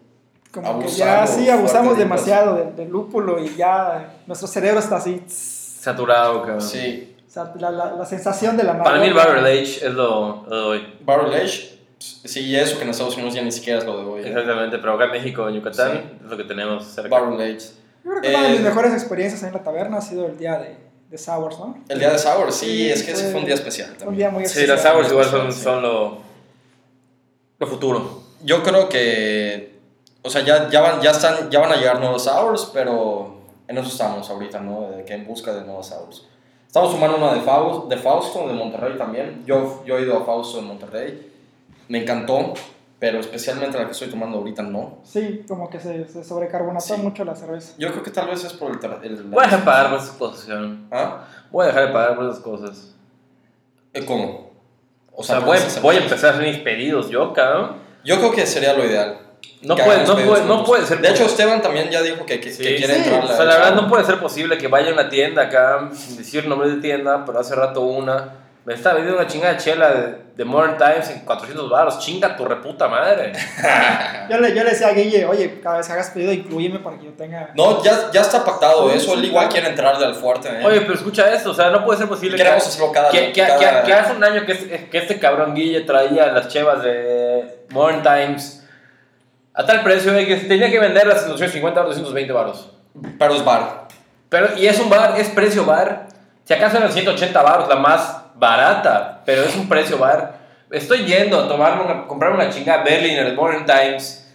[SPEAKER 3] como que
[SPEAKER 1] Abusamos
[SPEAKER 3] ya sí
[SPEAKER 1] fuerte
[SPEAKER 3] abusamos
[SPEAKER 1] de
[SPEAKER 3] demasiado del del lúpulo y ya nuestro cerebro está así. tss,
[SPEAKER 2] Saturado, cabrón.
[SPEAKER 1] sí.
[SPEAKER 3] o sea, la, la- la sensación de la
[SPEAKER 2] Para mí, el
[SPEAKER 3] amargura.
[SPEAKER 2] Barrel Age es lo, lo de hoy.
[SPEAKER 1] Barrel Age, sí, y eso que en Estados Unidos ya ni siquiera es lo de hoy. ¿eh?
[SPEAKER 2] Exactamente, pero acá en México, en Yucatán, es lo que tenemos cerca.
[SPEAKER 1] Barrel Age.
[SPEAKER 3] Yo creo que una de mis
[SPEAKER 1] Eh,
[SPEAKER 3] mejores experiencias en la taberna ha sido el día de, de Sours, ¿no?
[SPEAKER 1] El día de Sour, sí,
[SPEAKER 3] Sí,
[SPEAKER 1] es que ese
[SPEAKER 3] fue-
[SPEAKER 1] fue un día especial
[SPEAKER 3] Un
[SPEAKER 1] también.
[SPEAKER 3] día muy
[SPEAKER 2] Sí, las
[SPEAKER 3] especial.
[SPEAKER 2] sours igual son,
[SPEAKER 1] Sí.
[SPEAKER 2] son lo, lo futuro.
[SPEAKER 1] Yo creo que. O sea, ya, ya, van, ya, están, ya van a llegar nuevos hours, pero en eso estamos ahorita, ¿no? De que en busca de nuevos hours. Estamos sumando una de, Faust, de Fausto, de Monterrey también. Yo, yo he ido a Fausto en Monterrey. Me encantó, pero especialmente la que estoy tomando ahorita no.
[SPEAKER 3] Sí, como que se, se
[SPEAKER 1] Sí.
[SPEAKER 3] sobrecarbonató mucho la cerveza.
[SPEAKER 1] Yo creo que tal vez es por el. tra- el-
[SPEAKER 2] Voy a dejar de pagar por esas cosas, señor.
[SPEAKER 1] ¿Ah?
[SPEAKER 2] Voy a dejar de pagar por esas cosas.
[SPEAKER 1] Eh, ¿Cómo?
[SPEAKER 2] O sea, voy,
[SPEAKER 1] ¿cómo se hace?
[SPEAKER 2] voy a empezar a hacer mis pedidos yo, cabrón.
[SPEAKER 1] Yo creo que sería lo ideal.
[SPEAKER 2] No
[SPEAKER 1] Que
[SPEAKER 2] puede,
[SPEAKER 1] hagamos
[SPEAKER 2] no
[SPEAKER 1] pedidos
[SPEAKER 2] puede- no
[SPEAKER 1] juntos.
[SPEAKER 2] puede ser
[SPEAKER 1] De hecho,
[SPEAKER 2] posible.
[SPEAKER 1] Esteban también ya dijo que, que, que
[SPEAKER 2] Sí.
[SPEAKER 1] quiere
[SPEAKER 3] Sí,
[SPEAKER 1] entrar. a
[SPEAKER 2] O sea, la verdad no puede ser posible que vaya a una tienda acá, sin decir nombre de tienda, pero hace rato una, me está vendiendo una chingada chela de, de Modern Times en 400 baros. Chinga tu reputa madre.
[SPEAKER 1] Ah.
[SPEAKER 3] Yo le, yo le decía a Guille, oye, cada vez que hagas pedido, incluyeme para que yo tenga...
[SPEAKER 1] No, ya, ya está pactado
[SPEAKER 3] Sí,
[SPEAKER 1] eso. Él
[SPEAKER 3] sí,
[SPEAKER 1] igual
[SPEAKER 3] claro.
[SPEAKER 1] quiere entrarle al fuerte. ¿eh?
[SPEAKER 2] Oye, pero escucha esto, o sea, no puede ser posible
[SPEAKER 1] Queremos hacerlo cada
[SPEAKER 2] que, que-
[SPEAKER 1] cada-
[SPEAKER 2] que- que hace un año que, es- que este cabrón Guille traía las chevas de Modern Times a tal precio de que tenía que venderlas en 250 o 220 baros.
[SPEAKER 1] Pero es bar.
[SPEAKER 2] Pero, y es un bar, es precio bar. Si acaso eran 180 baros, la más barata, pero es un precio bar. Estoy yendo a tomarme una, comprarme una chingada Berliner de Modern Times,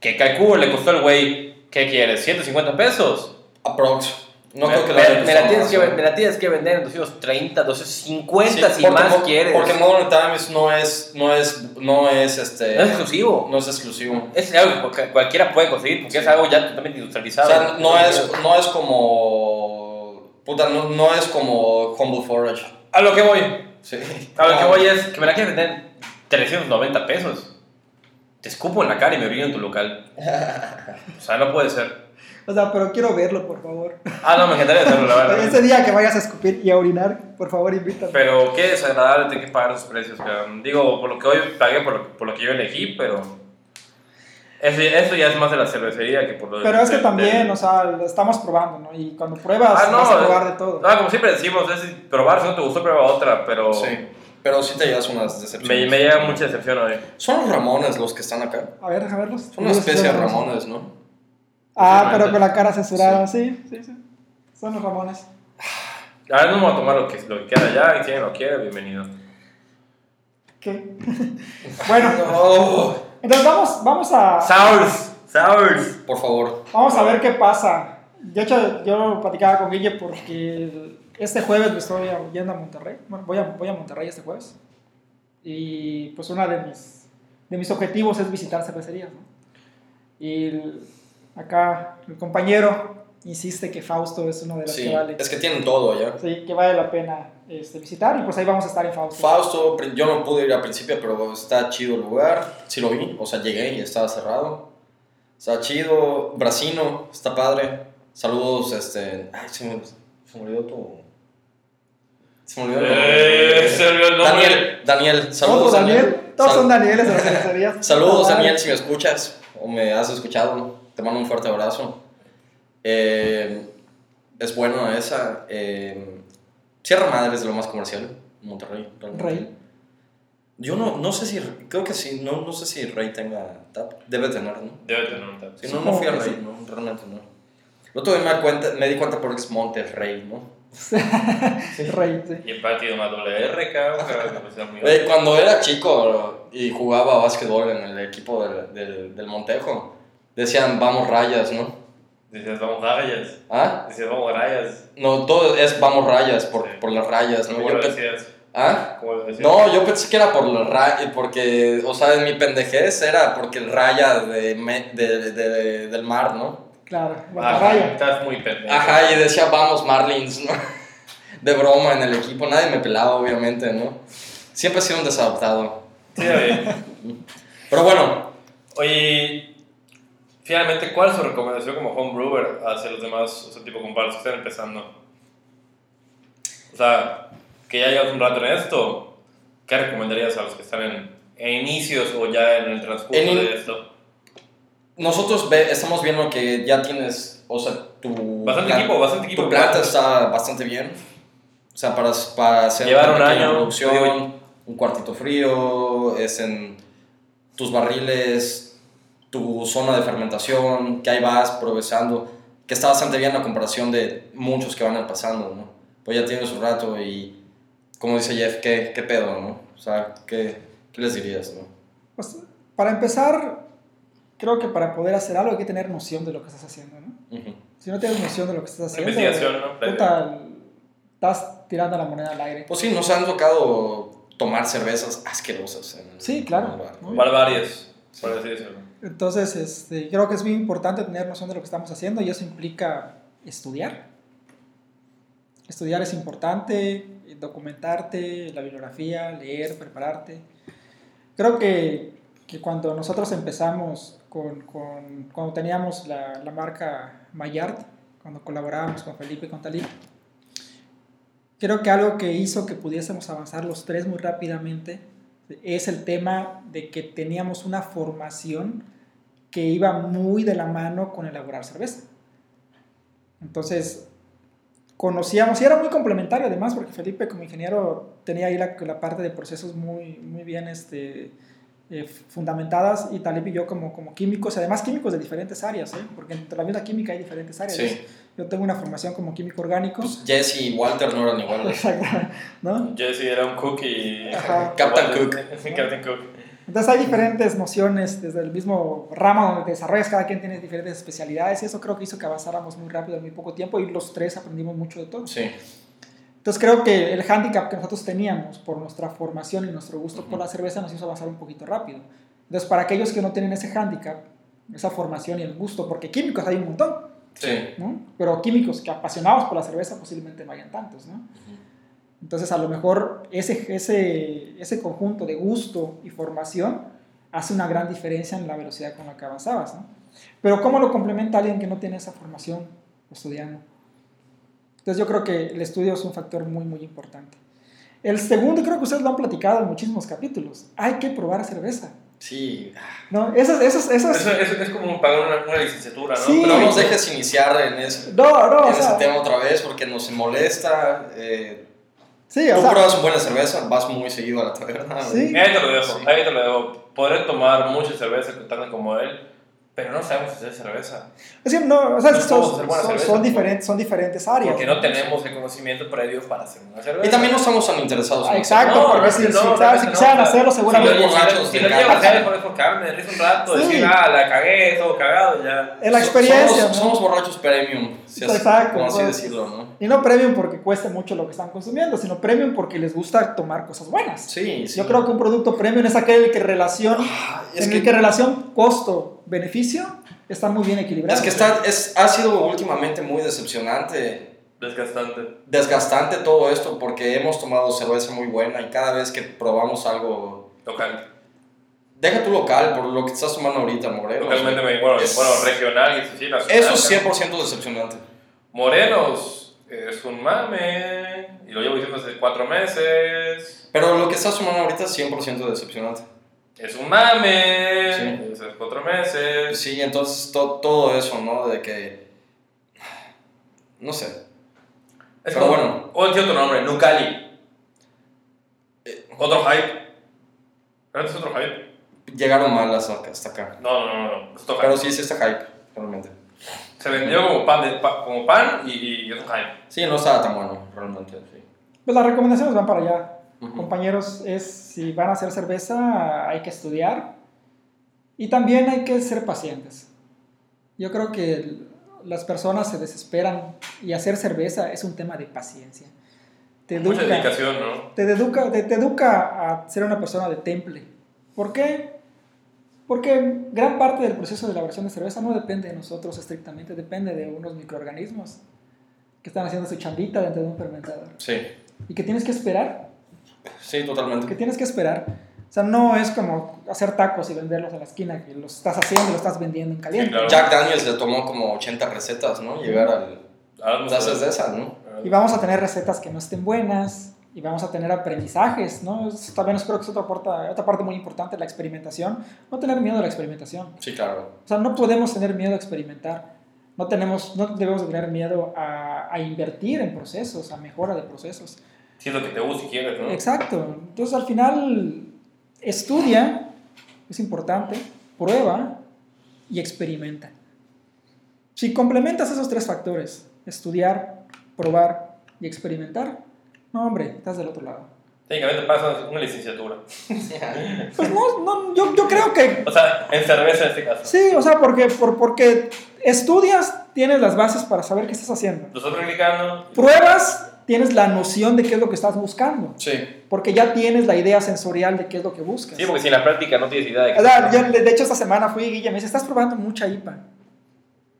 [SPEAKER 2] que calculo le costó el güey, ¿qué quieres? ¿150 pesos?
[SPEAKER 1] Aprox. No
[SPEAKER 2] me,
[SPEAKER 1] creo que
[SPEAKER 2] me-
[SPEAKER 1] haya
[SPEAKER 2] me la
[SPEAKER 1] costado
[SPEAKER 2] tienes
[SPEAKER 1] más,
[SPEAKER 2] que,
[SPEAKER 1] ¿no?
[SPEAKER 2] ve- me la tienes que vender en 230, 250
[SPEAKER 1] Sí,
[SPEAKER 2] si
[SPEAKER 1] porque
[SPEAKER 2] más
[SPEAKER 1] Mo-
[SPEAKER 2] quieres.
[SPEAKER 1] Porque Modern Times no es. No es. No es este.
[SPEAKER 2] No es exclusivo.
[SPEAKER 1] No es exclusivo.
[SPEAKER 2] Es algo que cualquiera puede conseguir porque es algo ya totalmente
[SPEAKER 1] O
[SPEAKER 2] industrializado.
[SPEAKER 1] sea, no es, no es como. Puta, no, no es como Humble Forage.
[SPEAKER 2] A lo que voy.
[SPEAKER 1] Sí.
[SPEAKER 2] A lo que voy es que me la quieres vender en 390 pesos. Te escupo en la cara y me brillo en tu local. O sea, no puede ser.
[SPEAKER 3] O sea, pero quiero verlo, por favor.
[SPEAKER 2] Ah, no, me encantaría hacerlo, la verdad.
[SPEAKER 3] Ese día que vayas a escupir y a orinar, por favor, invítame.
[SPEAKER 2] Pero qué desagradable tener que pagar esos precios. cabrón. Digo, por lo que hoy pagué, por lo, por lo que yo elegí, pero. Eso, eso ya es más de la cervecería que por lo de-
[SPEAKER 3] Pero es que
[SPEAKER 2] de-
[SPEAKER 3] también,
[SPEAKER 2] de-
[SPEAKER 3] o sea, lo estamos probando, ¿no? Y cuando pruebas,
[SPEAKER 2] este, Ah, no,
[SPEAKER 3] vas a probar
[SPEAKER 2] eh,
[SPEAKER 3] de todo.
[SPEAKER 2] No, como siempre decimos, es probar, si no te gustó, prueba otra, pero
[SPEAKER 1] Sí. Pero sí te llevas unas
[SPEAKER 2] me,
[SPEAKER 1] decepciones.
[SPEAKER 2] me llega mucha decepción hoy.
[SPEAKER 1] Son los Ramones los que están acá.
[SPEAKER 3] A ver, déjame verlos.
[SPEAKER 1] Son una especie de
[SPEAKER 3] Los- los-
[SPEAKER 1] Ramones, ¿no?
[SPEAKER 3] Ah,
[SPEAKER 2] Ramones.
[SPEAKER 3] pero con la cara censurada. Sí, sí, sí. Son los Ramones.
[SPEAKER 2] Ahora no me voy a tomar lo que, lo que queda allá, y si alguien lo quiere, bienvenido.
[SPEAKER 3] ¿Qué? bueno,
[SPEAKER 2] Oh.
[SPEAKER 1] No.
[SPEAKER 3] entonces vamos, vamos a,
[SPEAKER 2] Sours, sours.
[SPEAKER 1] Por favor.
[SPEAKER 3] vamos a ver qué pasa. De hecho, yo platicaba con Guille porque este jueves me estoy yendo a Monterrey. Bueno, voy a, voy a Monterrey este jueves. Y pues uno de mis, de mis objetivos es visitar cervecerías, ¿no? Y el- acá el compañero insiste que Fausto es una de las
[SPEAKER 1] Sí.
[SPEAKER 3] que vale.
[SPEAKER 1] Es que tienen todo allá.
[SPEAKER 3] Sí, que vale la pena este, visitar y pues ahí vamos a estar en Fausto.
[SPEAKER 1] Fausto, pri- yo no pude ir al principio, pero está chido el lugar. Sí lo vi, o sea, llegué y estaba cerrado. Está chido. Brasino, está padre. Saludos, este. Ay, se me, se me olvidó tu. Se me olvidó el nombre.
[SPEAKER 2] Eh, se olvidó el nombre.
[SPEAKER 1] Daniel, Daniel,
[SPEAKER 3] Otro
[SPEAKER 1] saludos.
[SPEAKER 3] Daniel. Todos
[SPEAKER 1] Sal-
[SPEAKER 3] son Danieles de las cervecerías.
[SPEAKER 1] Saludos, Daniel, si me escuchas o me has escuchado. Te mando un fuerte abrazo. Eh, es bueno esa. eh, Sierra Madre es lo más comercial. Monterrey. realmente.
[SPEAKER 3] Rey.
[SPEAKER 1] Yo no, no sé si. Creo que sí. No, no sé si Rey tenga tap. Debe tener, ¿no?
[SPEAKER 2] Debe tener un tap.
[SPEAKER 1] Si no, no fui a
[SPEAKER 3] Supongo que
[SPEAKER 1] Rey, no, realmente no. El otro día me, di cuenta, me di cuenta porque es Monterrey, ¿no?
[SPEAKER 3] Rey, sí.
[SPEAKER 2] Y el partido más WR, cabrón. cabrón, que me sea muy-
[SPEAKER 1] Eh, cuando era chico y jugaba básquetbol en el equipo del, del, del Montejo, decían, vamos rayas, ¿no?
[SPEAKER 2] Decías, vamos rayas.
[SPEAKER 1] ¿Ah?
[SPEAKER 2] Decías, vamos rayas.
[SPEAKER 1] No, todo es vamos rayas, por,
[SPEAKER 2] Sí.
[SPEAKER 1] por las rayas, ¿no?
[SPEAKER 2] ¿Cómo
[SPEAKER 1] Yo
[SPEAKER 2] lo
[SPEAKER 1] pe-
[SPEAKER 2] decías?
[SPEAKER 1] ¿Ah?
[SPEAKER 2] ¿Cómo lo decías?
[SPEAKER 1] No, yo pensé que era por las rayas, porque, o sea, en mi pendejez era porque el raya de, me- de- de- de- del mar, ¿no?
[SPEAKER 3] Claro,
[SPEAKER 2] Ajá,
[SPEAKER 3] Guatarraya.
[SPEAKER 2] Estás muy pendejo.
[SPEAKER 1] Ajá, y decía, vamos Marlins, ¿no? De broma en el equipo, nadie me pelaba, obviamente, ¿no? Siempre he sido un desadaptado.
[SPEAKER 2] Sí, está bien.
[SPEAKER 1] Pero bueno,
[SPEAKER 2] Oye, finalmente, ¿cuál es su recomendación como home brewer hacia los demás, o sea, tipo con bares que están empezando? O sea, que ya llevas un rato en esto, ¿qué recomendarías a los que están en, en inicios o ya en el transcurso
[SPEAKER 1] En in-
[SPEAKER 2] de esto?
[SPEAKER 1] nosotros ve- estamos viendo que ya tienes, o sea, tu...
[SPEAKER 2] Bastante
[SPEAKER 1] plan-
[SPEAKER 2] equipo, bastante equipo.
[SPEAKER 1] Tu planta está bastante bien. O sea, para, para hacer
[SPEAKER 4] Llevar
[SPEAKER 1] una
[SPEAKER 4] un
[SPEAKER 1] pequeña
[SPEAKER 4] año,
[SPEAKER 1] producción,
[SPEAKER 4] digo-
[SPEAKER 1] un cuartito frío, es en tus barriles, tu zona de fermentación, que ahí vas progresando, que está bastante bien la comparación de muchos que van empezando, ¿no? Pues ya tienen su rato y, como dice Jeff, ¿qué, qué pedo, no? O sea, ¿qué, qué les dirías, no?
[SPEAKER 3] Pues, para empezar, creo que para poder hacer algo hay que tener noción de lo que estás haciendo, ¿no?
[SPEAKER 1] Ujú.
[SPEAKER 3] Si no tienes noción de lo que estás
[SPEAKER 2] Una
[SPEAKER 3] haciendo,
[SPEAKER 2] investigación, ¿no? Previa.
[SPEAKER 3] puta, estás tirando la moneda al aire.
[SPEAKER 1] Pues sí, nos han tocado tomar cervezas asquerosas. en-
[SPEAKER 3] Sí, claro,
[SPEAKER 1] en el bar.
[SPEAKER 3] ¿no?
[SPEAKER 2] Barbarias,
[SPEAKER 1] Sí.
[SPEAKER 2] por así decirlo.
[SPEAKER 3] Entonces, este, creo que es muy importante tener noción de lo que estamos haciendo y eso implica estudiar. Estudiar es importante, documentarte, la bibliografía, leer, prepararte. Creo que, que cuando nosotros empezamos, con, con- cuando teníamos la, la marca Mayard, cuando colaborábamos con Felipe y con Talib, creo que algo que hizo que pudiésemos avanzar los tres muy rápidamente es el tema de que teníamos una formación que iba muy de la mano con elaborar cerveza. Entonces, conocíamos, y era muy complementario además, porque Felipe como ingeniero tenía ahí la, la parte de procesos muy, muy bien este, eh, fundamentadas, y Talib y yo como, como químicos, además químicos de diferentes áreas, ¿eh? porque en la misma química hay diferentes áreas.
[SPEAKER 1] Sí.
[SPEAKER 3] Yo tengo una formación como químico orgánico.
[SPEAKER 1] Pues Jesse y Walter no eran iguales.
[SPEAKER 3] ¿no?
[SPEAKER 2] Jesse era un cook y...
[SPEAKER 3] Ajá.
[SPEAKER 1] Captain Cook.
[SPEAKER 2] Captain Cook.
[SPEAKER 3] Entonces hay diferentes nociones desde el mismo ramo donde te desarrollas, cada quien tiene diferentes especialidades y eso creo que hizo que avanzáramos muy rápido en muy poco tiempo y los tres aprendimos mucho de todo.
[SPEAKER 1] Sí.
[SPEAKER 3] Entonces creo que el hándicap que nosotros teníamos por nuestra formación y nuestro gusto por la cerveza nos hizo avanzar un poquito rápido. Entonces para aquellos que no tienen ese hándicap, esa formación y el gusto, porque químicos hay un montón,
[SPEAKER 1] Sí.
[SPEAKER 3] ¿no? Pero químicos que apasionados por la cerveza posiblemente no hayan tantos, ¿no? Entonces, a lo mejor ese, ese, ese conjunto de gusto y formación hace una gran diferencia en la velocidad con la que avanzabas, ¿no? Pero ¿cómo lo complementa alguien que no tiene esa formación estudiando? Entonces, yo creo que el estudio es un factor muy, muy importante. El segundo, creo que ustedes lo han platicado en muchísimos capítulos, hay que probar cerveza,
[SPEAKER 1] Sí.
[SPEAKER 3] ¿no? Esas, esas, esas...
[SPEAKER 2] Eso, eso es como pagar una, una licenciatura, ¿no?
[SPEAKER 3] Sí.
[SPEAKER 1] Pero no nos dejes iniciar en ese,
[SPEAKER 3] No, no, o
[SPEAKER 1] en ese
[SPEAKER 3] sea,
[SPEAKER 1] tema otra vez porque nos molesta. eh,
[SPEAKER 3] sí,
[SPEAKER 1] tú
[SPEAKER 3] o sea,
[SPEAKER 1] pruebas una buena cerveza, vas muy seguido a la taberna.
[SPEAKER 3] Sí.
[SPEAKER 2] Ahí te lo dejo,
[SPEAKER 1] Sí.
[SPEAKER 2] ahí te lo dejo. Podré tomar mucha cerveza tanto como él, pero no sabemos hacer cerveza.
[SPEAKER 3] es que no, o sea,
[SPEAKER 2] No
[SPEAKER 3] son,
[SPEAKER 2] podemos hacer buena
[SPEAKER 3] son-
[SPEAKER 2] cerveza,
[SPEAKER 3] son
[SPEAKER 2] ¿no?
[SPEAKER 3] diferentes, son diferentes áreas.
[SPEAKER 2] Porque no tenemos el conocimiento previo para hacer una cerveza.
[SPEAKER 1] Y también no estamos tan interesados. en
[SPEAKER 3] Ah,
[SPEAKER 1] eso.
[SPEAKER 3] exacto, porque si- si- si quisieran hacerlo, seguramente-
[SPEAKER 2] Si lo, si lo,
[SPEAKER 1] borrachos,
[SPEAKER 2] si lo
[SPEAKER 1] me
[SPEAKER 2] llevo a
[SPEAKER 1] encanta.
[SPEAKER 2] hacer, por por cagarme de risa un rato,
[SPEAKER 3] Sí.
[SPEAKER 2] decir, ah, la cagué, todo cagado, ya.
[SPEAKER 3] Es la
[SPEAKER 1] So-
[SPEAKER 3] experiencia,
[SPEAKER 1] Somos,
[SPEAKER 3] ¿no?
[SPEAKER 1] somos borrachos premium, si así-
[SPEAKER 3] Exacto,
[SPEAKER 1] como así
[SPEAKER 3] pues.
[SPEAKER 1] decirlo, ¿no?
[SPEAKER 3] Y no premium porque cueste mucho lo que están consumiendo, sino premium porque les gusta tomar cosas buenas.
[SPEAKER 1] Sí, sí.
[SPEAKER 3] Yo creo que un producto premium es aquel que relación,
[SPEAKER 1] Ah, es
[SPEAKER 3] en
[SPEAKER 1] que,
[SPEAKER 3] el que relación costo-beneficio está muy bien equilibrado.
[SPEAKER 1] es que está, es, ha sido últimamente muy decepcionante
[SPEAKER 2] Desgastante.
[SPEAKER 1] desgastante todo esto porque hemos tomado cerveza muy buena y cada vez que probamos algo,
[SPEAKER 2] Local.
[SPEAKER 1] deja tu local por lo que estás tomando ahorita, Morelos.
[SPEAKER 2] Localmente, me- bueno,
[SPEAKER 1] Es-
[SPEAKER 2] bueno, regional y eso sí, nacional.
[SPEAKER 1] Eso es 100% decepcionante.
[SPEAKER 2] Morelos es un mame, y lo llevo diciendo hace cuatro meses.
[SPEAKER 1] Pero lo que estás tomando ahorita es 100% decepcionante.
[SPEAKER 5] es un mame,
[SPEAKER 1] Sí.
[SPEAKER 5] es cuatro meses.
[SPEAKER 1] Sí, entonces to- todo eso, ¿no? De que. No sé.
[SPEAKER 5] Es
[SPEAKER 1] Pero
[SPEAKER 5] como,
[SPEAKER 1] bueno.
[SPEAKER 5] o tiene otro nombre, Nucali. Eh, Otro hype. ¿Realmente es otro hype?
[SPEAKER 1] Llegaron mal hasta, hasta acá.
[SPEAKER 5] No, no, no, no, es otro hype.
[SPEAKER 1] Pero sí es este hype, realmente.
[SPEAKER 5] Se vendió como pan, de- pa- como pan y, y es un hype.
[SPEAKER 1] Sí, no estaba tan bueno, realmente. Sí.
[SPEAKER 3] Pues las recomendaciones van para allá.
[SPEAKER 1] Ujú.
[SPEAKER 3] Compañeros, es si van a hacer cerveza, hay que estudiar y también hay que ser pacientes. Yo creo que el- las personas se desesperan y hacer cerveza es un tema de paciencia. Te
[SPEAKER 5] Mucha
[SPEAKER 3] educa-
[SPEAKER 5] dedicación, ¿no?
[SPEAKER 3] te educa, te, te educa a ser una persona de temple. ¿Por qué? Porque gran parte del proceso de elaboración de cerveza no depende de nosotros estrictamente, depende de unos microorganismos que están haciendo su chambita dentro de un fermentador.
[SPEAKER 1] Sí,
[SPEAKER 3] Y que tienes que esperar,
[SPEAKER 1] sí,
[SPEAKER 3] que
[SPEAKER 1] totalmente.
[SPEAKER 3] tienes que esperar. O sea, no es como hacer tacos y venderlos a la esquina, que los estás haciendo, los estás vendiendo en caliente.
[SPEAKER 5] Sí, claro.
[SPEAKER 1] Jack Daniels le tomó como 80 recetas, ¿no? Llegar al.
[SPEAKER 5] Ahora vamos a
[SPEAKER 1] Tazas de
[SPEAKER 5] ver.
[SPEAKER 1] esas, ¿no?
[SPEAKER 3] Y vamos a tener recetas que no estén buenas y vamos a tener aprendizajes, ¿no? Eso también creo que es otra, puerta- otra parte muy importante, la experimentación. No tener miedo a la experimentación.
[SPEAKER 1] Sí, claro.
[SPEAKER 3] O sea, no podemos tener miedo a experimentar. No, tenemos, no debemos tener miedo a, a invertir en procesos, a mejora de procesos.
[SPEAKER 5] Si es lo que te gusta y quieres, ¿no?
[SPEAKER 3] Exacto. Entonces, al final, estudia, es importante, prueba y experimenta. Si complementas esos tres factores, estudiar, probar y experimentar, no, hombre, estás del otro lado.
[SPEAKER 5] Técnicamente pasa una licenciatura.
[SPEAKER 3] Pues no, no yo, yo creo que
[SPEAKER 5] O sea, en cerveza en este caso.
[SPEAKER 3] Sí, o sea, porque, por, porque estudias, tienes las bases para saber qué estás haciendo.
[SPEAKER 5] Lo estás practicando.
[SPEAKER 3] Pruebas, tienes la noción de qué es lo que estás buscando.
[SPEAKER 1] Sí,
[SPEAKER 3] Porque ya tienes la idea sensorial de qué es lo que buscas.
[SPEAKER 2] Sí, porque si en la práctica no tienes idea de
[SPEAKER 3] O sea, yo, de hecho, esta semana fui y Guille me dice, estás probando mucha IPA.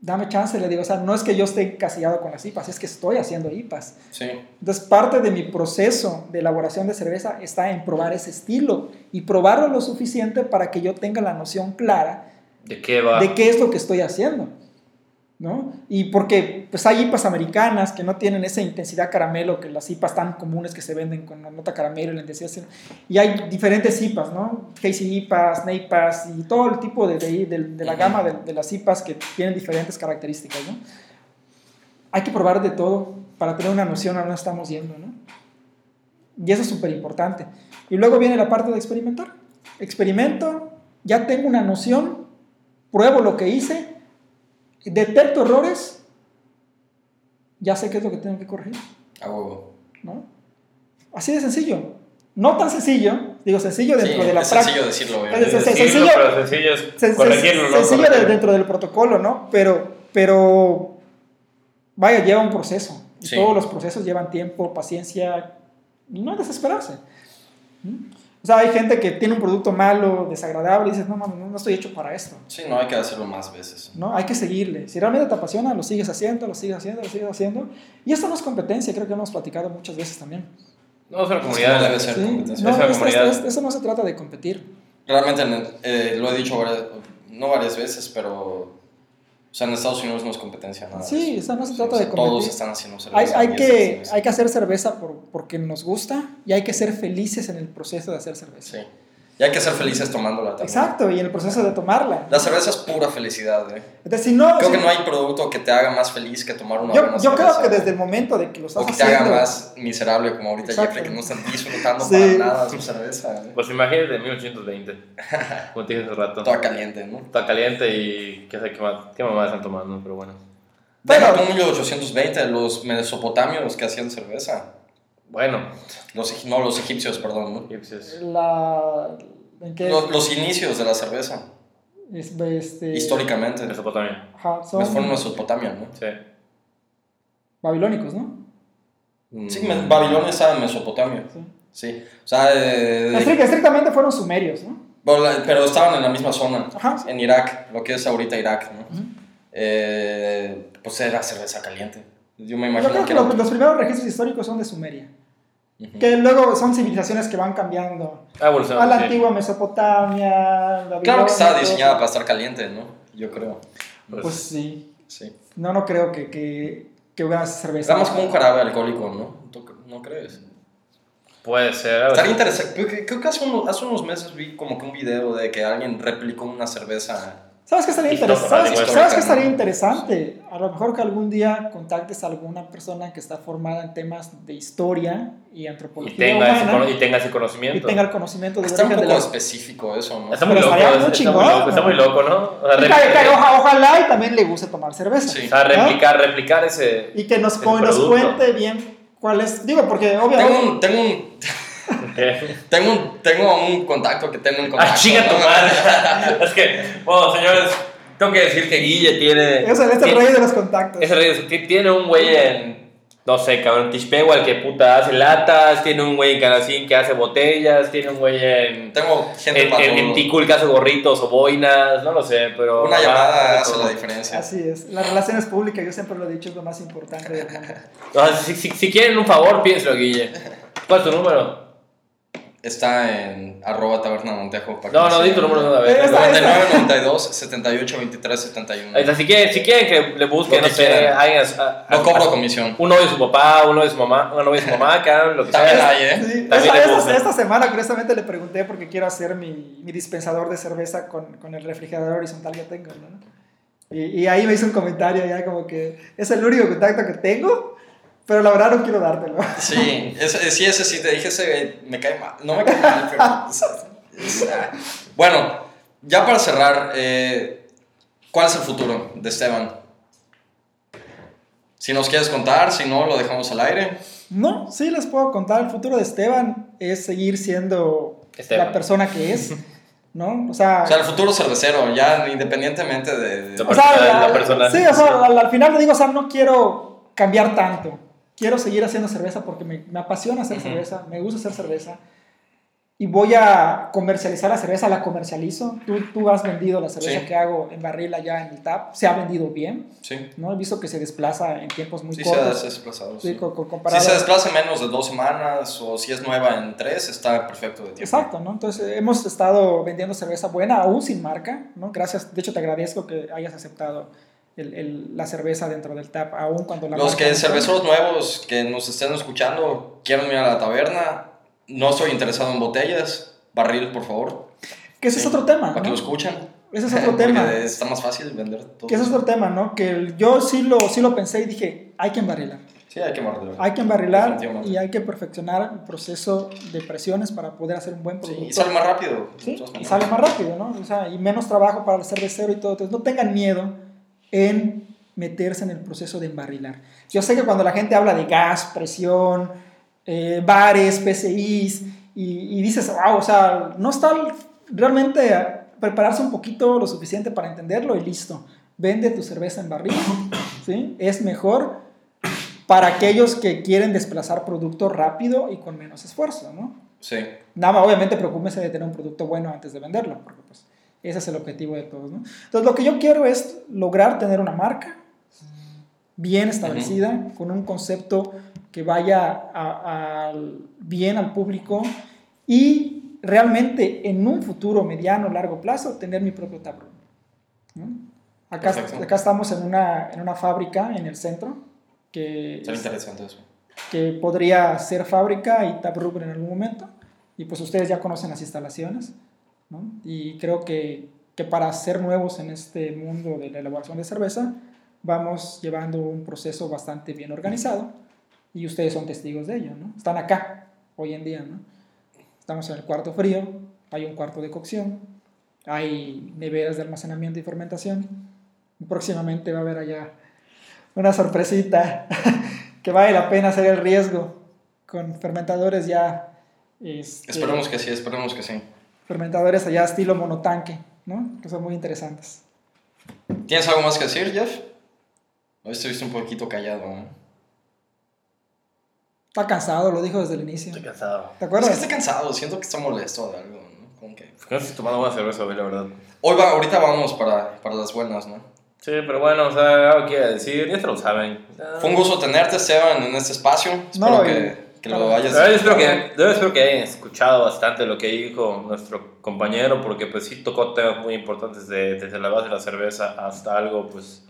[SPEAKER 3] Dame chance, le digo, o sea, no es que yo esté encasillado con las IPAs, es que estoy haciendo IPAs.
[SPEAKER 1] sí.
[SPEAKER 3] Entonces, parte de mi proceso de elaboración de cerveza está en probar ese estilo y probarlo lo suficiente para que yo tenga la noción clara
[SPEAKER 2] ¿De qué va?
[SPEAKER 3] de qué es lo que estoy haciendo. ¿No? Y porque pues hay IPAs americanas que no tienen esa intensidad caramelo que las IPAs tan comunes que se venden con la nota caramelo y la intensidad. cero. Y hay diferentes IPAs, ¿no? Casey IPAs, NAPAs y todo el tipo de, de, de- de la gama de, de las IPAs que tienen diferentes características, ¿no? Hay que probar de todo para tener una noción a dónde estamos yendo, ¿no? Y eso es súper importante. Y luego viene la parte de experimentar. Experimento, ya tengo una noción, pruebo lo que hice, detecto errores, ya sé qué es lo que tengo que corregir,
[SPEAKER 1] A huevo.
[SPEAKER 3] ¿no? Así de sencillo. No tan sencillo, digo sencillo dentro
[SPEAKER 1] Sí,
[SPEAKER 3] de la
[SPEAKER 1] es
[SPEAKER 3] práctica.
[SPEAKER 1] sencillo decirlo,
[SPEAKER 3] Es- es-
[SPEAKER 1] obviamente.
[SPEAKER 3] es-
[SPEAKER 2] Decirlo,
[SPEAKER 3] sencillo-
[SPEAKER 2] pero sencillo es
[SPEAKER 3] sen- sen-
[SPEAKER 2] corregirlo, ¿no?
[SPEAKER 3] sencillo de-
[SPEAKER 2] Corregirlo.
[SPEAKER 3] dentro del protocolo, ¿no? Pero, pero vaya, lleva un proceso. Y
[SPEAKER 1] Sí.
[SPEAKER 3] Todos los procesos llevan tiempo, paciencia, y no desesperarse. ¿Mm? O sea, hay gente que tiene un producto malo, desagradable, y dices, no, mami, no, no estoy hecho para esto.
[SPEAKER 1] Sí, no hay que hacerlo más veces.
[SPEAKER 3] ¿no? Hay que seguirle. Si realmente te apasiona, lo sigues haciendo, lo sigues haciendo, lo sigues haciendo. Y esto no es competencia, creo que lo hemos platicado muchas veces también.
[SPEAKER 2] No, es una
[SPEAKER 1] Es como
[SPEAKER 2] comunidad.
[SPEAKER 1] debe ser
[SPEAKER 3] Sí,
[SPEAKER 1] competencia.
[SPEAKER 3] No,
[SPEAKER 2] Esa
[SPEAKER 3] es- es-
[SPEAKER 2] comunidad.
[SPEAKER 3] es- eso no se trata de competir.
[SPEAKER 1] Realmente eh, lo he dicho varias, no varias veces, pero. O sea, en Estados Unidos no es competencia nada. de
[SPEAKER 3] Sí,
[SPEAKER 1] eso.
[SPEAKER 3] o sea, no se trata
[SPEAKER 1] O sea,
[SPEAKER 3] de
[SPEAKER 1] Todos
[SPEAKER 3] competir.
[SPEAKER 1] están haciendo cerveza.
[SPEAKER 3] Hay, hay
[SPEAKER 1] y están
[SPEAKER 3] que,
[SPEAKER 1] haciendo eso.
[SPEAKER 3] hay que hacer cerveza por, porque nos gusta y hay que ser felices en el proceso de hacer cerveza.
[SPEAKER 1] Sí. Y hay que ser felices tomándola también.
[SPEAKER 3] Exacto, y en el proceso de tomarla.
[SPEAKER 1] La cerveza es pura felicidad, ¿eh?
[SPEAKER 3] Entonces, si no,
[SPEAKER 1] Creo
[SPEAKER 3] si-
[SPEAKER 1] que no hay producto que te haga más feliz que tomar una buena
[SPEAKER 3] yo, yo creo
[SPEAKER 1] cerveza,
[SPEAKER 3] que
[SPEAKER 1] ¿no?
[SPEAKER 3] desde el momento de que lo estás
[SPEAKER 1] O que te haga
[SPEAKER 3] haciendo,
[SPEAKER 1] más miserable como ahorita
[SPEAKER 3] Exacto.
[SPEAKER 1] Jeffrey, que no está disfrutando
[SPEAKER 3] Sí.
[SPEAKER 1] para nada su cerveza. ¿eh?
[SPEAKER 2] Pues imagínate 1820, como te dije hace rato.
[SPEAKER 1] Toda caliente, ¿no?
[SPEAKER 2] Está caliente y qué sé qué, más, qué mamá están tomando, pero bueno.
[SPEAKER 3] Pero-
[SPEAKER 1] Pero en 1820, los mesopotamios que hacían cerveza.
[SPEAKER 2] Bueno, pues
[SPEAKER 1] Los, eg- no, los egipcios, perdón. ¿no?
[SPEAKER 2] Ipsis.
[SPEAKER 3] la, ¿en qué?
[SPEAKER 1] Los, los inicios de la cerveza,
[SPEAKER 3] Es- este,
[SPEAKER 1] históricamente.
[SPEAKER 2] Mesopotamia,
[SPEAKER 3] ajá, son
[SPEAKER 1] Pues fueron Mesopotamia, ¿no?
[SPEAKER 2] sí.
[SPEAKER 3] babilónicos, ¿no? Mm.
[SPEAKER 2] Mm.
[SPEAKER 1] Sí, me- Babilonia estaba en Mesopotamia.
[SPEAKER 3] Sí.
[SPEAKER 1] Sí. O sea, eh, de-
[SPEAKER 3] Estric- estrictamente fueron sumerios, ¿no?
[SPEAKER 1] bueno, la- pero estaban en la misma zona.
[SPEAKER 3] Ajá. sí.
[SPEAKER 1] En Irak, lo que es ahorita Irak, ¿no?
[SPEAKER 3] Ujú.
[SPEAKER 1] Eh, pues era cerveza caliente. Yo me
[SPEAKER 3] Yo creo
[SPEAKER 1] imagino
[SPEAKER 3] que
[SPEAKER 1] que
[SPEAKER 3] los,
[SPEAKER 1] era-
[SPEAKER 3] los primeros registros históricos son de Sumeria,
[SPEAKER 1] Ujú.
[SPEAKER 3] que luego son civilizaciones que van cambiando
[SPEAKER 2] Ah, evolucionó.
[SPEAKER 3] a la
[SPEAKER 2] sí.
[SPEAKER 3] antigua Mesopotamia.
[SPEAKER 1] Claro
[SPEAKER 3] Babilonia,
[SPEAKER 1] que estaba
[SPEAKER 3] todo eso.
[SPEAKER 1] diseñada para estar caliente, ¿no? Yo creo.
[SPEAKER 2] Pues,
[SPEAKER 3] Pues sí,
[SPEAKER 1] Sí.
[SPEAKER 3] no, no creo que, que, que hubiera cerveza.
[SPEAKER 1] Estamos como un jarabe alcohólico, ¿no? ¿Tú cre- no crees?
[SPEAKER 2] Puede ser. o sea,
[SPEAKER 1] Estaría interesante. Creo que- Creo que hace unos, hace unos meses vi como que un video de que alguien replicó una cerveza.
[SPEAKER 3] ¿Sabes qué estaría,
[SPEAKER 2] Y no,
[SPEAKER 3] interes-
[SPEAKER 2] no,
[SPEAKER 3] ¿sabes,
[SPEAKER 2] no, no,
[SPEAKER 3] sabes
[SPEAKER 1] no.
[SPEAKER 3] qué estaría interesante? A lo mejor que algún día contactes a alguna persona que está formada en temas de historia y
[SPEAKER 2] y,
[SPEAKER 3] antropología
[SPEAKER 2] tenga ese,
[SPEAKER 3] humana
[SPEAKER 2] cono- y tenga ese
[SPEAKER 3] y
[SPEAKER 2] conocimiento.
[SPEAKER 3] tenga el conocimiento de
[SPEAKER 1] Está un
[SPEAKER 3] origen Pues de
[SPEAKER 1] poco
[SPEAKER 3] las-
[SPEAKER 1] específico eso, ¿no?
[SPEAKER 2] Está muy
[SPEAKER 3] Pero
[SPEAKER 2] loco.
[SPEAKER 3] estaría
[SPEAKER 2] es-
[SPEAKER 3] muy
[SPEAKER 2] Está muy
[SPEAKER 3] chingón,
[SPEAKER 2] loco, está
[SPEAKER 3] ¿no?
[SPEAKER 2] muy loco, ¿no? O sea,
[SPEAKER 3] Y que- que
[SPEAKER 2] replicar,
[SPEAKER 3] oja- ojalá y también le guste tomar cerveza.
[SPEAKER 1] Sí.
[SPEAKER 2] o sea, replicar, replicar ese.
[SPEAKER 3] Y que nos,
[SPEAKER 2] El
[SPEAKER 3] co- nos
[SPEAKER 2] producto.
[SPEAKER 3] cuente bien cuál es. Digo, porque obviamente.
[SPEAKER 1] Tengo un, tengo un Tengo un, tengo un contacto que tengo un contacto.
[SPEAKER 2] ¡Ah, chinga tu
[SPEAKER 1] ¿no?
[SPEAKER 2] madre! es que, bueno, señores, tengo que decir que Guille tiene.
[SPEAKER 3] Es el, es el
[SPEAKER 2] tiene-
[SPEAKER 3] rey de los contactos.
[SPEAKER 2] es el rey de- ti- Tiene un güey en. No sé, cabrón, Tishpegua, el que puta hace latas. Tiene un güey en Canacín que hace botellas. Tiene un güey en.
[SPEAKER 1] Tengo gente
[SPEAKER 2] En,
[SPEAKER 1] para
[SPEAKER 2] en, en
[SPEAKER 1] todo.
[SPEAKER 2] Ticul que hace gorritos o boinas. No lo sé, pero.
[SPEAKER 1] Una
[SPEAKER 2] ah,
[SPEAKER 1] llamada hace
[SPEAKER 2] todo.
[SPEAKER 1] la diferencia.
[SPEAKER 3] Así es. Las relaciones públicas, yo siempre lo he dicho, es lo más importante del mundo.
[SPEAKER 2] O sea, si, si- si quieren un favor, piénselo, Guille. ¿Cuál es tu número?
[SPEAKER 1] Está en arroba taberna Montejo. para
[SPEAKER 2] No,
[SPEAKER 1] que
[SPEAKER 2] no,
[SPEAKER 1] me
[SPEAKER 2] di tu
[SPEAKER 1] sigan.
[SPEAKER 2] número de una vez.
[SPEAKER 3] Eh, esta-
[SPEAKER 1] 99, 92, 78, 23, 71.
[SPEAKER 2] Ahí está, si, quieren, si quieren que le busquen,
[SPEAKER 1] Lo
[SPEAKER 2] no
[SPEAKER 1] que
[SPEAKER 2] sé,
[SPEAKER 1] quieran.
[SPEAKER 2] alguien. a su- a- a-
[SPEAKER 1] No cobro comisión.
[SPEAKER 2] Un novio de su papá, un novio de su mamá, un novio de su mamá, que hagan lo que
[SPEAKER 1] También
[SPEAKER 2] sea.
[SPEAKER 1] hay, ¿eh?
[SPEAKER 3] Sí,
[SPEAKER 2] También
[SPEAKER 3] esta,
[SPEAKER 2] le
[SPEAKER 3] esta-
[SPEAKER 2] gusta.
[SPEAKER 3] esta semana, curiosamente, le pregunté porque quiero hacer mi, mi dispensador de cerveza con, con el refrigerador horizontal que tengo. ¿no? Y, y ahí me hizo un comentario, ya como que es el único contacto que tengo, pero la verdad no quiero dártelo.
[SPEAKER 1] Sí, ese, sí, ese sí, te dije, ese eh, me cae mal. No me cae mal, pero... es- es- ah. bueno, ya para cerrar, eh, ¿cuál es el futuro de Esteban? Si nos quieres contar, si no, lo dejamos al aire.
[SPEAKER 3] No, sí les puedo contar. El futuro de Esteban es seguir siendo
[SPEAKER 2] Esteban.
[SPEAKER 3] la persona que es, ¿no? O sea,
[SPEAKER 1] O sea, el futuro cervecero, ya independientemente de... de-
[SPEAKER 2] O persona- la persona.
[SPEAKER 3] Sí, o sea, al, al final le digo, o sea, no quiero cambiar tanto. Quiero seguir haciendo cerveza porque me, me apasiona hacer
[SPEAKER 1] Ujú.
[SPEAKER 3] cerveza, me gusta hacer cerveza. Y voy a comercializar la cerveza, la comercializo. Tú, tú has vendido la cerveza
[SPEAKER 1] Sí.
[SPEAKER 3] que hago en barril allá en el TAP. Se ha vendido bien,
[SPEAKER 1] sí,
[SPEAKER 3] ¿no? He visto que se desplaza en tiempos muy
[SPEAKER 1] sí se ha
[SPEAKER 3] cortos.
[SPEAKER 1] desplazado.
[SPEAKER 3] Sí,
[SPEAKER 1] Sí.
[SPEAKER 3] co- co-
[SPEAKER 1] Si
[SPEAKER 3] comparado-
[SPEAKER 1] se desplaza en menos de dos semanas o si es nueva en tres, está perfecto de tiempo.
[SPEAKER 3] Exacto, ¿no? Entonces eh, hemos estado vendiendo cerveza buena, aún sin marca, ¿no? Gracias, de hecho te agradezco que hayas aceptado el- el- la cerveza dentro del TAP, aún cuando la
[SPEAKER 1] Los
[SPEAKER 3] marca
[SPEAKER 1] que
[SPEAKER 3] no-
[SPEAKER 1] cerveceros nuevos que nos estén escuchando, quieren ir a la taberna, no estoy interesado en botellas, barril, por favor,
[SPEAKER 3] Que ese
[SPEAKER 1] Sí.
[SPEAKER 3] es otro tema,
[SPEAKER 1] para que lo
[SPEAKER 3] ¿no?
[SPEAKER 1] escuchen.
[SPEAKER 3] Ese es otro
[SPEAKER 1] Porque
[SPEAKER 3] tema.
[SPEAKER 1] Está más fácil vender todo.
[SPEAKER 3] Que ese es otro tema, ¿no? Que el- yo sí lo, sí lo pensé y dije, hay que embarrilar.
[SPEAKER 1] Sí, hay que barrilar.
[SPEAKER 3] Hay que embarrilar
[SPEAKER 1] Definitivamente.
[SPEAKER 3] y hay que perfeccionar el proceso de presiones para poder hacer un buen
[SPEAKER 1] Sí,
[SPEAKER 3] producto.
[SPEAKER 1] y sale más rápido.
[SPEAKER 3] Sí,
[SPEAKER 1] Entonces, pues,
[SPEAKER 3] y sale más rápido, ¿no? O sea, y menos trabajo para el cervecero y todo. Entonces, no tengan miedo en meterse en el proceso de embarrilar. Yo sé que cuando la gente habla de gas, presión, eh, bares, PCIs, y, y dices, wow, o sea, no está l- realmente a prepararse un poquito lo suficiente para entenderlo y listo. Vende tu cerveza en barril, ¿sí? Es mejor para aquellos que quieren desplazar producto rápido y con menos esfuerzo, ¿no?
[SPEAKER 1] Sí.
[SPEAKER 3] Nada más, obviamente, preocúpese de tener un producto bueno antes de venderlo, porque pues, ese es el objetivo de todos, ¿no? Entonces, lo que yo quiero es lograr tener una marca bien establecida, con un concepto que vaya a- al- bien al público y realmente en un futuro mediano o largo plazo tener mi propio taproom. ¿no? Acá,
[SPEAKER 1] Perfecto.
[SPEAKER 3] acá estamos en una, en una fábrica en el centro que
[SPEAKER 1] Está interesante eso.
[SPEAKER 3] que podría ser fábrica y taproom en algún momento. Y pues ustedes ya conocen las instalaciones, ¿no? Y creo que, que para ser nuevos en este mundo de la elaboración de cerveza, vamos llevando un proceso bastante bien organizado y ustedes son testigos de ello, ¿no? Están acá hoy en día, ¿no? Estamos en el cuarto frío, hay un cuarto de cocción, hay neveras de almacenamiento y fermentación. Próximamente va a haber allá una sorpresita que vale la pena hacer el riesgo con fermentadores ya. este,
[SPEAKER 1] Esperemos que sí, esperemos que sí.
[SPEAKER 3] Fermentadores allá estilo monotanque, ¿no? Que son muy interesantes.
[SPEAKER 1] ¿Tienes algo más que decir, Jeff? Hoy estuviste un poquito callado, ¿eh?
[SPEAKER 3] Está cansado, lo dijo desde el inicio.
[SPEAKER 2] Estoy cansado.
[SPEAKER 3] ¿Te
[SPEAKER 1] Es
[SPEAKER 3] acuerdas?
[SPEAKER 1] que estoy cansado, siento que está molesto de algo, ¿no? Como que...
[SPEAKER 5] No estoy tomando una cerveza hoy, la verdad.
[SPEAKER 1] Hoy va, ahorita vamos para, para las buenas, ¿no?
[SPEAKER 2] Sí, pero bueno, o sea, algo que iba a decir, ya se lo saben.
[SPEAKER 1] Fue un gusto tenerte, Esteban, en este espacio. Espero
[SPEAKER 3] No, y-
[SPEAKER 1] que, que lo
[SPEAKER 3] claro.
[SPEAKER 1] hayas...
[SPEAKER 2] Pero yo espero, que, yo espero que hayan escuchado bastante lo que dijo nuestro compañero, porque pues sí tocó temas muy importantes de- desde la base de la cerveza hasta algo, pues,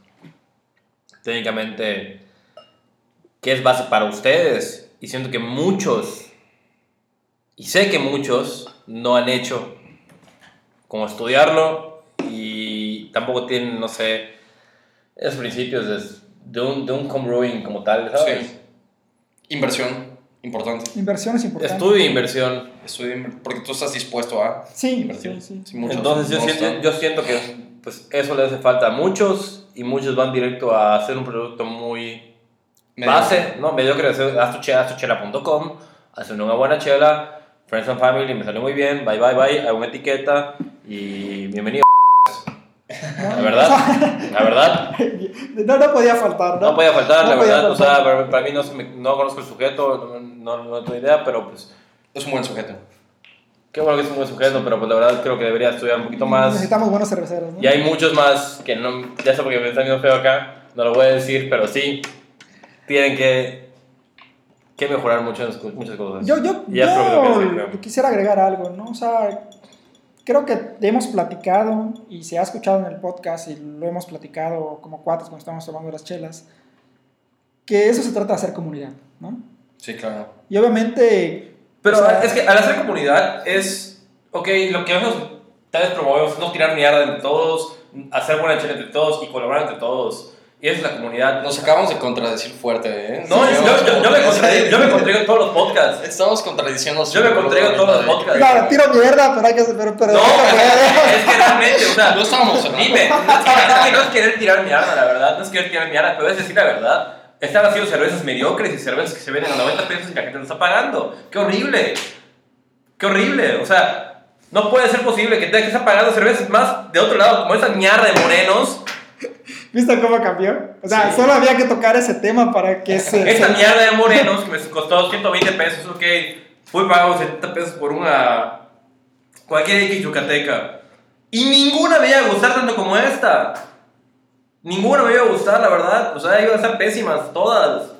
[SPEAKER 2] técnicamente, que es base para ustedes. Y siento que muchos y sé que muchos no han hecho como estudiarlo y tampoco tienen, no sé, esos principios de, de un, de un homebrewing como tal, ¿sabes?
[SPEAKER 1] Sí. Inversión, importante.
[SPEAKER 3] Inversión es importante.
[SPEAKER 2] Estudio e inversión.
[SPEAKER 1] Estudio, inver- porque tú estás dispuesto a
[SPEAKER 3] Sí,
[SPEAKER 1] invertir.
[SPEAKER 3] sí, sí.
[SPEAKER 1] muchos
[SPEAKER 2] Entonces yo
[SPEAKER 1] no
[SPEAKER 2] siento,
[SPEAKER 1] están.
[SPEAKER 2] yo siento que pues, eso le hace falta a muchos y muchos van directo a hacer un producto muy
[SPEAKER 1] Medio-
[SPEAKER 2] base, ¿no? Mediocre, hacer- haz tu chela, haz tu chela.com, haz una buena chela, Friends and Family, me salió muy bien, bye bye bye, hago una etiqueta y bienvenido. La verdad, la verdad,
[SPEAKER 3] No, no podía faltar, ¿no?
[SPEAKER 2] no podía faltar,
[SPEAKER 3] No
[SPEAKER 2] la
[SPEAKER 3] podía
[SPEAKER 2] verdad, o
[SPEAKER 3] faltar.
[SPEAKER 2] sea, para, para mí no, se me- no conozco el sujeto, no, no, no tengo idea, pero pues,
[SPEAKER 1] Es un buen sujeto.
[SPEAKER 2] qué bueno que es un buen sujeto, pero pues la verdad creo que debería estudiar un poquito más.
[SPEAKER 3] Necesitamos buenos cerveceros, ¿no?
[SPEAKER 2] Y hay muchos más que no, ya sé porque me están viendo feo acá, no lo voy a decir, pero sí, tienen que, que mejorar muchas, muchas cosas.
[SPEAKER 3] Yo, yo,
[SPEAKER 2] Y es lo que
[SPEAKER 3] yo
[SPEAKER 2] voy a decir, ¿no?
[SPEAKER 3] quisiera agregar algo, ¿no? O sea, creo que hemos platicado y se ha escuchado en el podcast y lo hemos platicado como cuates cuando estamos tomando las chelas, que eso se trata de hacer comunidad, ¿no?
[SPEAKER 1] Sí, claro.
[SPEAKER 3] Y obviamente,
[SPEAKER 2] Pero
[SPEAKER 3] O sea,
[SPEAKER 2] es que al hacer comunidad es, ok, lo que nos tal vez promovemos es no tirar mierda entre todos, hacer buena chela entre todos y colaborar entre todos. Y esa es la comunidad.
[SPEAKER 1] Nos acabamos de contradecir fuerte, ¿eh?
[SPEAKER 2] No,
[SPEAKER 1] Sí,
[SPEAKER 2] yo,
[SPEAKER 1] vamos
[SPEAKER 2] yo- yo- yo me
[SPEAKER 1] como-
[SPEAKER 2] contradigo, yo me contradigo en todos los podcasts.
[SPEAKER 1] Estamos contradiciendo.
[SPEAKER 2] Yo me contradigo en todos los podcasts.
[SPEAKER 3] claro, tiro mierda, pero hay que... Pero, pero,
[SPEAKER 2] No, es que realmente, o sea,
[SPEAKER 1] No estábamos hablando.
[SPEAKER 2] Dime, es que no es querer tirar mi arma, la verdad, no es querer tirar mi arma, pero es decir la verdad. Están haciendo cervezas mediocres y cervezas que se venden a 90 pesos y la gente no está pagando. ¡Qué horrible! ¡Qué horrible! O sea, no puede ser posible que tengas que estar pagando cervezas más de otro lado, como esa mierda de morenos.
[SPEAKER 3] ¿Viste cómo cambió? O sea,
[SPEAKER 2] Sí.
[SPEAKER 3] solo había que tocar ese tema para que se...
[SPEAKER 2] Esa
[SPEAKER 3] se-
[SPEAKER 2] mierda de morenos que me costó 120 pesos, ok. Fui pagado 70 pesos por una. cualquier X yucateca. Y ninguna me iba a gustar tanto como esta. Ninguna me iba a gustar, la verdad. O sea, iban a ser pésimas, todas.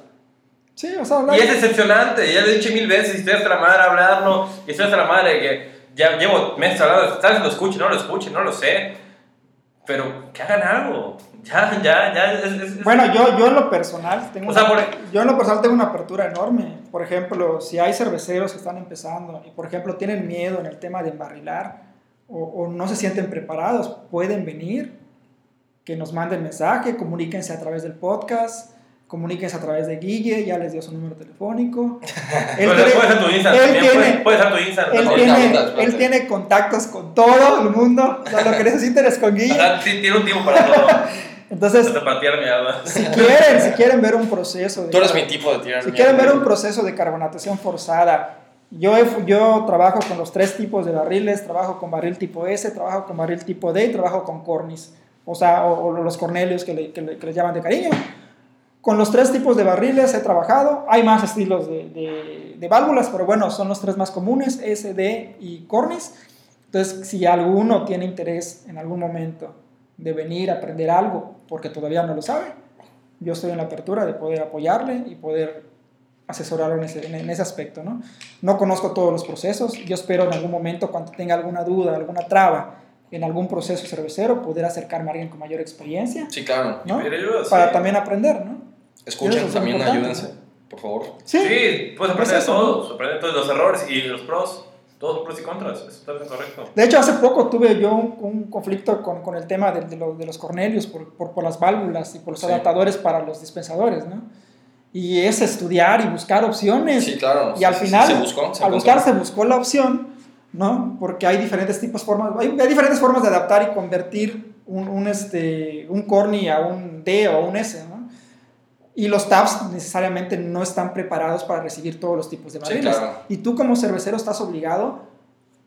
[SPEAKER 3] Sí, o sea, hablar-
[SPEAKER 2] Y es decepcionante, ya lo he dicho mil veces, y estoy hasta la madre de hablarlo, y estoy hasta la madre de que ya llevo meses hablando, tal vez lo escuche, no lo escuche, no lo sé, pero que hagan algo, ya, ya, ya, es- es- es-
[SPEAKER 3] Bueno, yo, yo en lo personal tengo
[SPEAKER 2] O sea,
[SPEAKER 3] una-
[SPEAKER 2] por-
[SPEAKER 3] yo en lo personal tengo una apertura enorme. Por ejemplo, si hay cerveceros que están empezando y por ejemplo tienen miedo en el tema de embarrilar o, o no se sienten preparados, pueden venir, que nos manden mensaje, comuníquense a través del podcast, comuníquense a través de Guille, ya les dio su número telefónico. Él
[SPEAKER 2] puede,
[SPEAKER 3] tiene-
[SPEAKER 2] puede ser tu Instagram,
[SPEAKER 3] él
[SPEAKER 2] también, pues.
[SPEAKER 3] tiene-
[SPEAKER 2] puede, puede ser tu Instagram.
[SPEAKER 3] Él
[SPEAKER 2] también.
[SPEAKER 1] Ahorita,
[SPEAKER 3] tiene,
[SPEAKER 1] ahorita, ahorita.
[SPEAKER 3] él tiene contactos con todo el mundo. O sea, lo que necesiten es con
[SPEAKER 2] O
[SPEAKER 3] Guille.
[SPEAKER 2] sea, sí, tiene un tiempo para todo,
[SPEAKER 3] Entonces,
[SPEAKER 2] hasta para tirar mierda.
[SPEAKER 3] si quieren, si quieren ver un proceso de
[SPEAKER 1] Tú eres mi tipo de tirar.
[SPEAKER 3] Si
[SPEAKER 1] mierda.
[SPEAKER 3] quieren ver un proceso de carbonatación forzada, yo, he- yo trabajo con los tres tipos de barriles, trabajo con barril tipo S, trabajo con barril tipo D y trabajo con cornis, o sea, o, o los cornelios que, le, que le- que les llaman de cariño. Con los tres tipos de barriles he trabajado, hay más estilos de, de- de válvulas, pero bueno, son los tres más comunes, S, D y cornis. Entonces, si alguno tiene interés en algún momento de venir a aprender algo, porque todavía no lo sabe, yo estoy en la apertura de poder apoyarle y poder asesorarlo en ese, en- en ese aspecto, ¿no? No conozco todos los procesos, yo espero en algún momento cuando tenga alguna duda, alguna traba en algún proceso cervecero, poder acercarme a alguien con mayor experiencia,
[SPEAKER 1] Sí, claro.
[SPEAKER 3] ¿no?
[SPEAKER 2] Pedir ayuda, sí.
[SPEAKER 3] Para también aprender, ¿no? Eso
[SPEAKER 1] Escuchen,
[SPEAKER 3] es
[SPEAKER 1] también
[SPEAKER 3] importante.
[SPEAKER 1] ayúdense, por favor.
[SPEAKER 3] Sí,
[SPEAKER 2] Sí, puedes
[SPEAKER 3] Pues
[SPEAKER 2] aprender de
[SPEAKER 3] eso,
[SPEAKER 2] todos, aprender de todos los errores y los pros, todos los pros y contras, eso está bien correcto.
[SPEAKER 3] De hecho, hace poco tuve yo un, un conflicto con, con el tema de, de lo- de los cornelios por, por- por las válvulas y por los
[SPEAKER 1] Sí.
[SPEAKER 3] adaptadores para los dispensadores, ¿no? Y es estudiar y buscar opciones.
[SPEAKER 1] Sí, claro.
[SPEAKER 3] Y al
[SPEAKER 1] Sí, sí,
[SPEAKER 3] final,
[SPEAKER 1] se buscó, se encontró.
[SPEAKER 3] al buscar, se buscó la opción, ¿no? Porque hay diferentes tipos, formas, hay, hay diferentes formas de adaptar y convertir un, un, este, un corny a un D o a un S, ¿no? Y los tabs necesariamente no están preparados para recibir todos los tipos de
[SPEAKER 1] Sí,
[SPEAKER 3] barriles.
[SPEAKER 1] claro.
[SPEAKER 3] Y tú como cervecero estás obligado,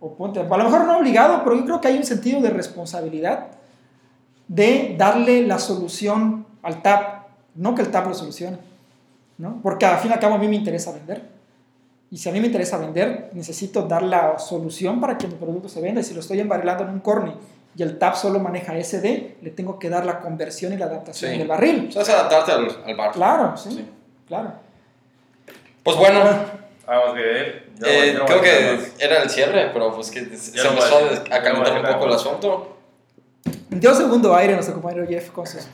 [SPEAKER 3] o ponte, a lo mejor no obligado, pero yo creo que hay un sentido de responsabilidad de darle la solución al TAP, no que el TAP lo solucione, ¿no? Porque al fin y al cabo a mí me interesa vender. Y si a mí me interesa vender, necesito dar la solución para que mi producto se venda. Y si lo estoy embarrilando en un corny y el TAP solo maneja SD, le tengo que dar la conversión y la adaptación
[SPEAKER 1] Sí.
[SPEAKER 3] del
[SPEAKER 1] O
[SPEAKER 3] barril.
[SPEAKER 1] sea, es adaptarte al, al bar.
[SPEAKER 3] Claro, sí,
[SPEAKER 1] Sí.
[SPEAKER 3] claro.
[SPEAKER 1] Pues bueno,
[SPEAKER 2] Ah, más que yo no voy-
[SPEAKER 1] eh,
[SPEAKER 2] yo no voy
[SPEAKER 1] creo
[SPEAKER 2] a hacer más.
[SPEAKER 1] que era el cierre, pero pues que se
[SPEAKER 2] no
[SPEAKER 1] empezó
[SPEAKER 2] voy a decir-
[SPEAKER 1] a a calentar
[SPEAKER 2] yo
[SPEAKER 1] un
[SPEAKER 2] no voy a decir
[SPEAKER 1] poco el
[SPEAKER 2] nada.
[SPEAKER 1] asunto.
[SPEAKER 3] Dio segundo aire a nuestro compañero Jeff con sus,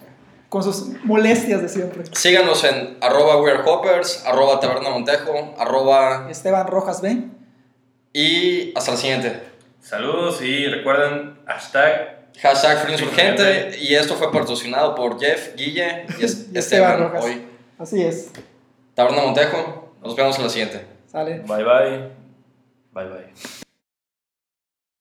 [SPEAKER 3] con sus molestias de siempre.
[SPEAKER 1] Síganos en arroba weirdhoppers, arroba taberna montejo, arroba
[SPEAKER 3] Esteban Rojas B.
[SPEAKER 1] Y hasta la siguiente.
[SPEAKER 2] Saludos y recuerden, hashtag
[SPEAKER 1] Hashtag Free
[SPEAKER 2] Sí,
[SPEAKER 1] Insurgente. Y esto fue patrocinado por Jeff, Guille y es-
[SPEAKER 3] Y Esteban
[SPEAKER 1] Esteban.
[SPEAKER 3] Rojas.
[SPEAKER 1] Hoy,
[SPEAKER 3] Así es.
[SPEAKER 1] Taberna Montejo. Nos vemos en la siguiente.
[SPEAKER 3] Sale.
[SPEAKER 2] bye bye. Bye bye.